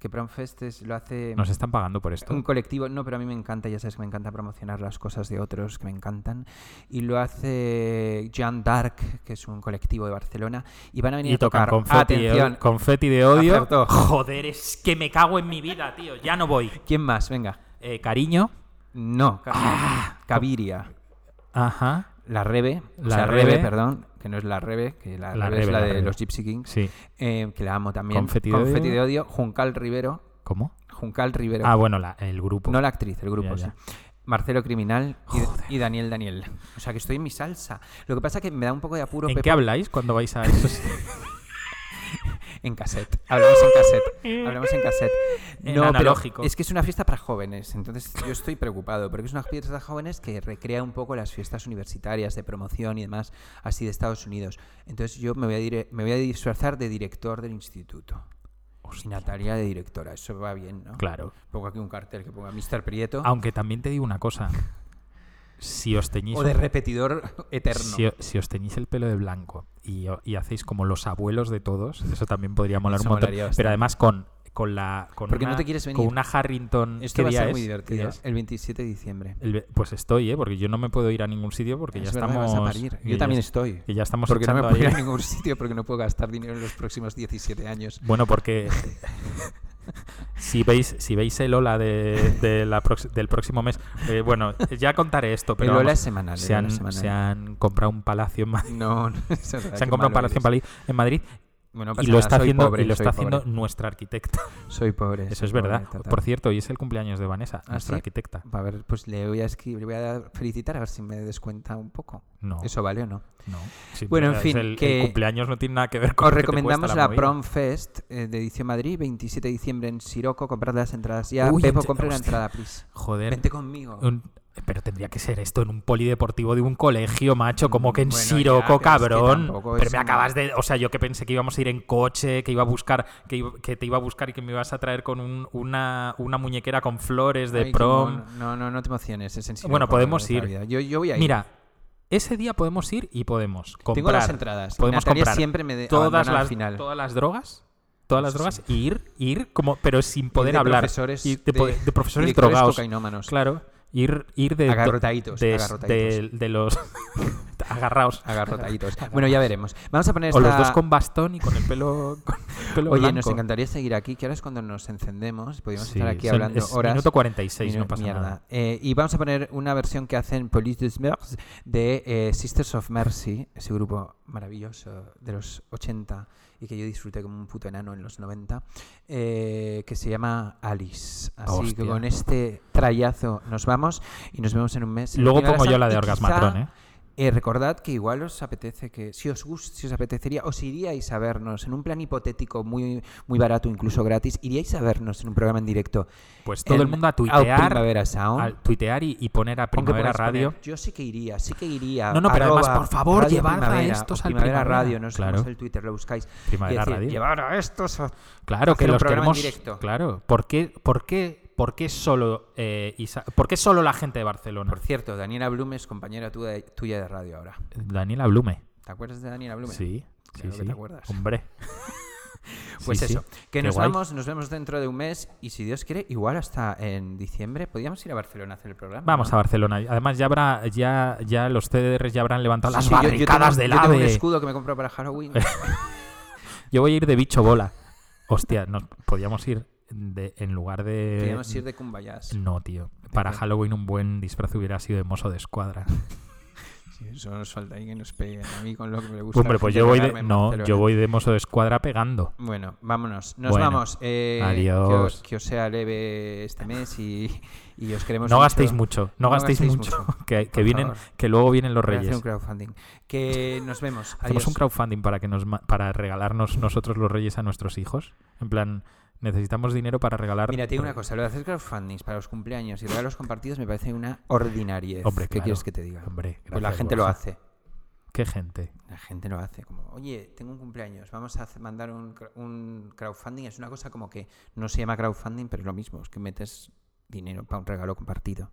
Speaker 3: Que Prom Fest es- lo hace
Speaker 4: Nos están pagando por esto.
Speaker 3: un colectivo, no, pero a mí me encanta, ya sabes que me encanta promocionar las cosas de otros que me encantan. Y lo hace Jean d'Arc, que es un colectivo de Barcelona, y van a venir
Speaker 4: Y
Speaker 3: a tocar.
Speaker 4: tocan confeti,
Speaker 3: Atención,
Speaker 4: de, confeti de odio.
Speaker 3: Acertó.
Speaker 4: Joder, es que me cago en mi vida, tío. Ya no voy.
Speaker 3: ¿quién más? Venga.
Speaker 4: Eh, cariño.
Speaker 3: No, Ca-
Speaker 4: Ah,
Speaker 3: Caviria.
Speaker 4: Ajá.
Speaker 3: La Rebe,
Speaker 4: La
Speaker 3: la Rebe,
Speaker 4: Rebe.
Speaker 3: perdón, que no es la Rebe, que la,
Speaker 4: La
Speaker 3: Rebe,
Speaker 4: Rebe,
Speaker 3: es la,
Speaker 4: la
Speaker 3: de
Speaker 4: Rebe.
Speaker 3: los Gypsy Kings,
Speaker 4: Sí.
Speaker 3: eh, que la amo también.
Speaker 4: Confeti de odio.
Speaker 3: de odio. Juncal Rivero,
Speaker 4: ¿Cómo?
Speaker 3: Juncal Rivero,
Speaker 4: Ah, bueno, la- el grupo.
Speaker 3: no la actriz, el grupo,
Speaker 4: Ya, ya.
Speaker 3: sí. Marcelo Criminal y- y, Daniel Daniel. O sea que estoy en mi salsa. Lo que pasa que me da un poco de apuro
Speaker 4: ¿En
Speaker 3: Pepo,
Speaker 4: qué habláis cuando vais a esos-
Speaker 3: en cassette. Hablamos en cassette. Hablamos en cassette.
Speaker 4: En
Speaker 3: pero
Speaker 4: analógico.
Speaker 3: es que es una fiesta para jóvenes, entonces yo estoy preocupado, porque es una fiesta para jóvenes que recrea un poco las fiestas universitarias de promoción y demás, así de Estados Unidos. Entonces yo me voy a, dire- me voy a disfrazar de director del instituto. Y Natalia de directora, eso va bien, ¿no?
Speaker 4: Claro. Ah,
Speaker 3: Pongo aquí un cartel que ponga Mr. Prieto.
Speaker 4: Aunque también te digo una cosa. Si os teñís
Speaker 3: o
Speaker 4: un-
Speaker 3: de repetidor eterno.
Speaker 4: si, o- si os teñís el pelo de blanco y, o- y hacéis como los abuelos de todos, eso también podría molar
Speaker 3: Eso
Speaker 4: un montón.
Speaker 3: molaría bastante.
Speaker 4: Pero además con, con la con
Speaker 3: Porque no
Speaker 4: una,
Speaker 3: te quieres
Speaker 4: con
Speaker 3: venir.
Speaker 4: una Harrington
Speaker 3: Esto
Speaker 4: ¿qué
Speaker 3: va a
Speaker 4: día
Speaker 3: ser
Speaker 4: es?
Speaker 3: muy
Speaker 4: ¿Qué día
Speaker 3: divertido.
Speaker 4: es?
Speaker 3: El 27 de diciembre.
Speaker 4: El ve- pues estoy, ¿eh? porque yo no me puedo ir a ningún sitio porque ya
Speaker 3: Es verdad, me
Speaker 4: estamos.
Speaker 3: vas a parir.
Speaker 4: que
Speaker 3: Yo
Speaker 4: ya
Speaker 3: también
Speaker 4: es-
Speaker 3: estoy.
Speaker 4: que ya estamos
Speaker 3: Porque no me
Speaker 4: echando
Speaker 3: puedo ir a
Speaker 4: ahí-
Speaker 3: ningún sitio porque no puedo gastar dinero en los próximos 17 años.
Speaker 4: Bueno, porque si veis, si veis el Ola de, de la prox- del próximo mes, eh, bueno, ya contaré esto, pero
Speaker 3: El Ola
Speaker 4: vamos,
Speaker 3: es semanal, el
Speaker 4: Se
Speaker 3: Ola
Speaker 4: han,
Speaker 3: es semanal.
Speaker 4: se han comprado un palacio en Madrid.
Speaker 3: No, no es verdad,
Speaker 4: Se han
Speaker 3: qué
Speaker 4: comprado
Speaker 3: malo
Speaker 4: un palacio en
Speaker 3: eres.
Speaker 4: Madrid, en Madrid
Speaker 3: Bueno, no pasa
Speaker 4: y lo
Speaker 3: nada,
Speaker 4: está
Speaker 3: soy
Speaker 4: haciendo,
Speaker 3: pobre,
Speaker 4: y lo
Speaker 3: soy
Speaker 4: está
Speaker 3: pobre.
Speaker 4: haciendo nuestra arquitecta.
Speaker 3: Soy pobre.
Speaker 4: Eso
Speaker 3: soy
Speaker 4: es verdad.
Speaker 3: pobre, total.
Speaker 4: Por cierto, hoy es el cumpleaños de Vanessa,
Speaker 3: ¿Ah,
Speaker 4: nuestra
Speaker 3: sí?
Speaker 4: arquitecta.
Speaker 3: A ver, pues le voy a escribir, le voy a dar- felicitar a ver si me descuenta un poco.
Speaker 4: No.
Speaker 3: ¿Eso vale o no?
Speaker 4: No, sí,
Speaker 3: Bueno, en
Speaker 4: es
Speaker 3: fin,
Speaker 4: el, el
Speaker 3: que-
Speaker 4: cumpleaños no tiene nada que ver con
Speaker 3: Os
Speaker 4: lo que te cuesta
Speaker 3: recomendamos la,
Speaker 4: movida.
Speaker 3: Prom Fest eh, de Edición Madrid, 27 de diciembre en Siroco. Comprad las entradas ya.
Speaker 4: Uy,
Speaker 3: Pepo,
Speaker 4: ent-
Speaker 3: compra una
Speaker 4: hostia.
Speaker 3: entrada, please.
Speaker 4: Joder.
Speaker 3: Vente conmigo.
Speaker 4: Un- Pero tendría que ser esto en un polideportivo de un colegio, macho, como que en
Speaker 3: Bueno, ya,
Speaker 4: Siroco,
Speaker 3: pero es que
Speaker 4: cabrón.
Speaker 3: tampoco
Speaker 4: pero
Speaker 3: es
Speaker 4: me
Speaker 3: un-
Speaker 4: acabas de. O sea, yo que pensé que íbamos a ir en coche, que iba a buscar, que, iba- que te iba a buscar y que me ibas a traer con un- una, una muñequera con flores de
Speaker 3: Ay, qué
Speaker 4: prom.
Speaker 3: mono. No, no, no te emociones. Es en Siroco,
Speaker 4: Bueno, podemos
Speaker 3: de toda
Speaker 4: ir.
Speaker 3: la vida. Yo, yo voy a ir.
Speaker 4: Mira, ese día podemos ir y podemos comprar.
Speaker 3: Tengo las entradas.
Speaker 4: Podemos
Speaker 3: Natalia
Speaker 4: comprar
Speaker 3: siempre me de-
Speaker 4: todas
Speaker 3: abandona al
Speaker 4: las,
Speaker 3: final.
Speaker 4: todas las drogas. Todas las
Speaker 3: Eso
Speaker 4: drogas, y ir, ir, como, pero sin poder
Speaker 3: de
Speaker 4: hablar.
Speaker 3: profesores
Speaker 4: Ir de, po-
Speaker 3: de-
Speaker 4: de profesores
Speaker 3: directores
Speaker 4: drogados.
Speaker 3: cocainómanos.
Speaker 4: Claro. Ir, ir de.
Speaker 3: Agarrotaditos,
Speaker 4: De,
Speaker 3: agarrotaditos.
Speaker 4: de- de los. agarrados.
Speaker 3: Agarrotaditos. bueno, ya veremos. Vamos a poner
Speaker 4: O los
Speaker 3: esta-
Speaker 4: dos con bastón y con el pelo. Con el pelo
Speaker 3: Oye, nos
Speaker 4: blanco.
Speaker 3: encantaría seguir aquí, que ahora es cuando nos encendemos. Podríamos
Speaker 4: Sí,
Speaker 3: estar aquí
Speaker 4: son-
Speaker 3: hablando
Speaker 4: es
Speaker 3: horas.
Speaker 4: minuto 46,
Speaker 3: Minu-
Speaker 4: no pasa
Speaker 3: mierda.
Speaker 4: nada.
Speaker 3: Eh, y vamos a poner una versión que hacen Police des Mœurs de eh, Sisters of Mercy, ese grupo maravilloso de los 80 y que yo disfruté como un puto enano en los 90, eh, que se llama Alice. Así
Speaker 4: Hostia.
Speaker 3: que con este trayazo nos vamos y nos vemos en un mes.
Speaker 4: Luego
Speaker 3: En la
Speaker 4: pongo yo
Speaker 3: sal-
Speaker 4: la de
Speaker 3: y
Speaker 4: Orgasmatron,
Speaker 3: quizá,
Speaker 4: ¿eh?
Speaker 3: eh, recordad que igual os apetece que, si os gusta, si os apetecería, os iríais a vernos en un plan hipotético muy, muy barato, incluso gratis, iríais a vernos en un programa en directo.
Speaker 4: Pues todo el
Speaker 3: en-
Speaker 4: mundo a
Speaker 3: a
Speaker 4: tuitear.
Speaker 3: Primavera Sound.
Speaker 4: al tuitear y, y poner a
Speaker 3: Aunque
Speaker 4: Primavera
Speaker 3: podáis poner,
Speaker 4: Radio.
Speaker 3: Yo sí que iría, sí que iría.
Speaker 4: No, no, pero además,
Speaker 3: arroba
Speaker 4: por favor,
Speaker 3: Radio
Speaker 4: llevad a
Speaker 3: Primavera
Speaker 4: estos
Speaker 3: o
Speaker 4: al
Speaker 3: Primavera
Speaker 4: Primavera.
Speaker 3: Radio, no sé
Speaker 4: Claro.
Speaker 3: cómo es el Twitter, lo buscáis. Y
Speaker 4: Primavera
Speaker 3: decir,
Speaker 4: Radio.
Speaker 3: Llevar a estos a-
Speaker 4: Claro, que
Speaker 3: hacer un
Speaker 4: los
Speaker 3: programa en
Speaker 4: queremos.
Speaker 3: directo.
Speaker 4: Claro. ¿Por qué, por qué, por qué solo eh, Isa- por qué solo la gente de Barcelona?
Speaker 3: Por cierto, Daniela Blume es compañera tuya de, tuya de radio ahora.
Speaker 4: Daniela Blume.
Speaker 3: ¿Te acuerdas de Daniela Blume?
Speaker 4: Sí, sí,
Speaker 3: Claro que
Speaker 4: sí.
Speaker 3: te acuerdas.
Speaker 4: Hombre.
Speaker 3: Pues
Speaker 4: sí,
Speaker 3: eso,
Speaker 4: sí.
Speaker 3: que
Speaker 4: Qué
Speaker 3: nos
Speaker 4: guay.
Speaker 3: vamos, nos vemos dentro de un mes y si Dios quiere, igual hasta en diciembre podríamos ir a Barcelona a hacer el programa.
Speaker 4: Vamos
Speaker 3: ¿no?
Speaker 4: a Barcelona. Además, ya habrá, ya, ya los CDRs ya habrán levantado las
Speaker 3: Sí, yo- yo tengo-
Speaker 4: barricadas del
Speaker 3: yo tengo un
Speaker 4: AVE.
Speaker 3: escudo que me compró para Halloween.
Speaker 4: Yo voy a ir de bicho bola. Hostia, nos podíamos ir de, en lugar de.
Speaker 3: Podríamos ir de Cumbayas.
Speaker 4: No, tío. Para
Speaker 3: qué?
Speaker 4: Halloween un buen disfraz hubiera sido de mozo de escuadra.
Speaker 3: Sí, eso nos falta ahí que nos peguen a mí con lo que me ¿eh? gusta.
Speaker 4: Hombre,
Speaker 3: la
Speaker 4: pues
Speaker 3: gente
Speaker 4: yo voy de.
Speaker 3: pegarme en
Speaker 4: No,
Speaker 3: Barcelona.
Speaker 4: yo voy de mozo de escuadra pegando.
Speaker 3: Bueno, vámonos. Nos
Speaker 4: Bueno,
Speaker 3: vamos. Eh,
Speaker 4: adiós.
Speaker 3: Que os, que os sea leve este mes y, y os queremos
Speaker 4: No
Speaker 3: mucho.
Speaker 4: gastéis mucho, no, gastéis, mucho. Que, que
Speaker 3: Por
Speaker 4: vienen,
Speaker 3: favor.
Speaker 4: que luego vienen los
Speaker 3: Voy a hacer
Speaker 4: reyes.
Speaker 3: un crowdfunding. Que nos vemos.
Speaker 4: Hacemos
Speaker 3: Adiós.
Speaker 4: un crowdfunding para que nos ma- para regalarnos nosotros los reyes a nuestros hijos. En plan, necesitamos dinero para regalar.
Speaker 3: Mira, te digo una cosa. Lo de hacer crowdfundings para los cumpleaños y regalos compartidos me parece una ordinariez.
Speaker 4: Hombre,
Speaker 3: ¿Qué
Speaker 4: claro.
Speaker 3: quieres que te diga?
Speaker 4: Hombre,
Speaker 3: pues la
Speaker 4: gracias,
Speaker 3: gente lo
Speaker 4: Borja.
Speaker 3: hace.
Speaker 4: ¿Qué gente?
Speaker 3: La gente lo hace como, oye, tengo un cumpleaños, vamos a hacer- mandar un, cra- un crowdfunding. Es una cosa como que no se llama crowdfunding, pero es lo mismo, es que metes dinero para un regalo compartido,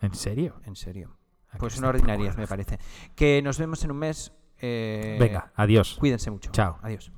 Speaker 4: ¿En serio?
Speaker 3: en serio.
Speaker 4: Ah,
Speaker 3: Pues
Speaker 4: que
Speaker 3: una
Speaker 4: está poco
Speaker 3: ordinariedad, me parece. Que nos vemos en un mes. eh,
Speaker 4: Venga, adiós.
Speaker 3: Cuídense mucho.
Speaker 4: Chao.
Speaker 3: Adiós.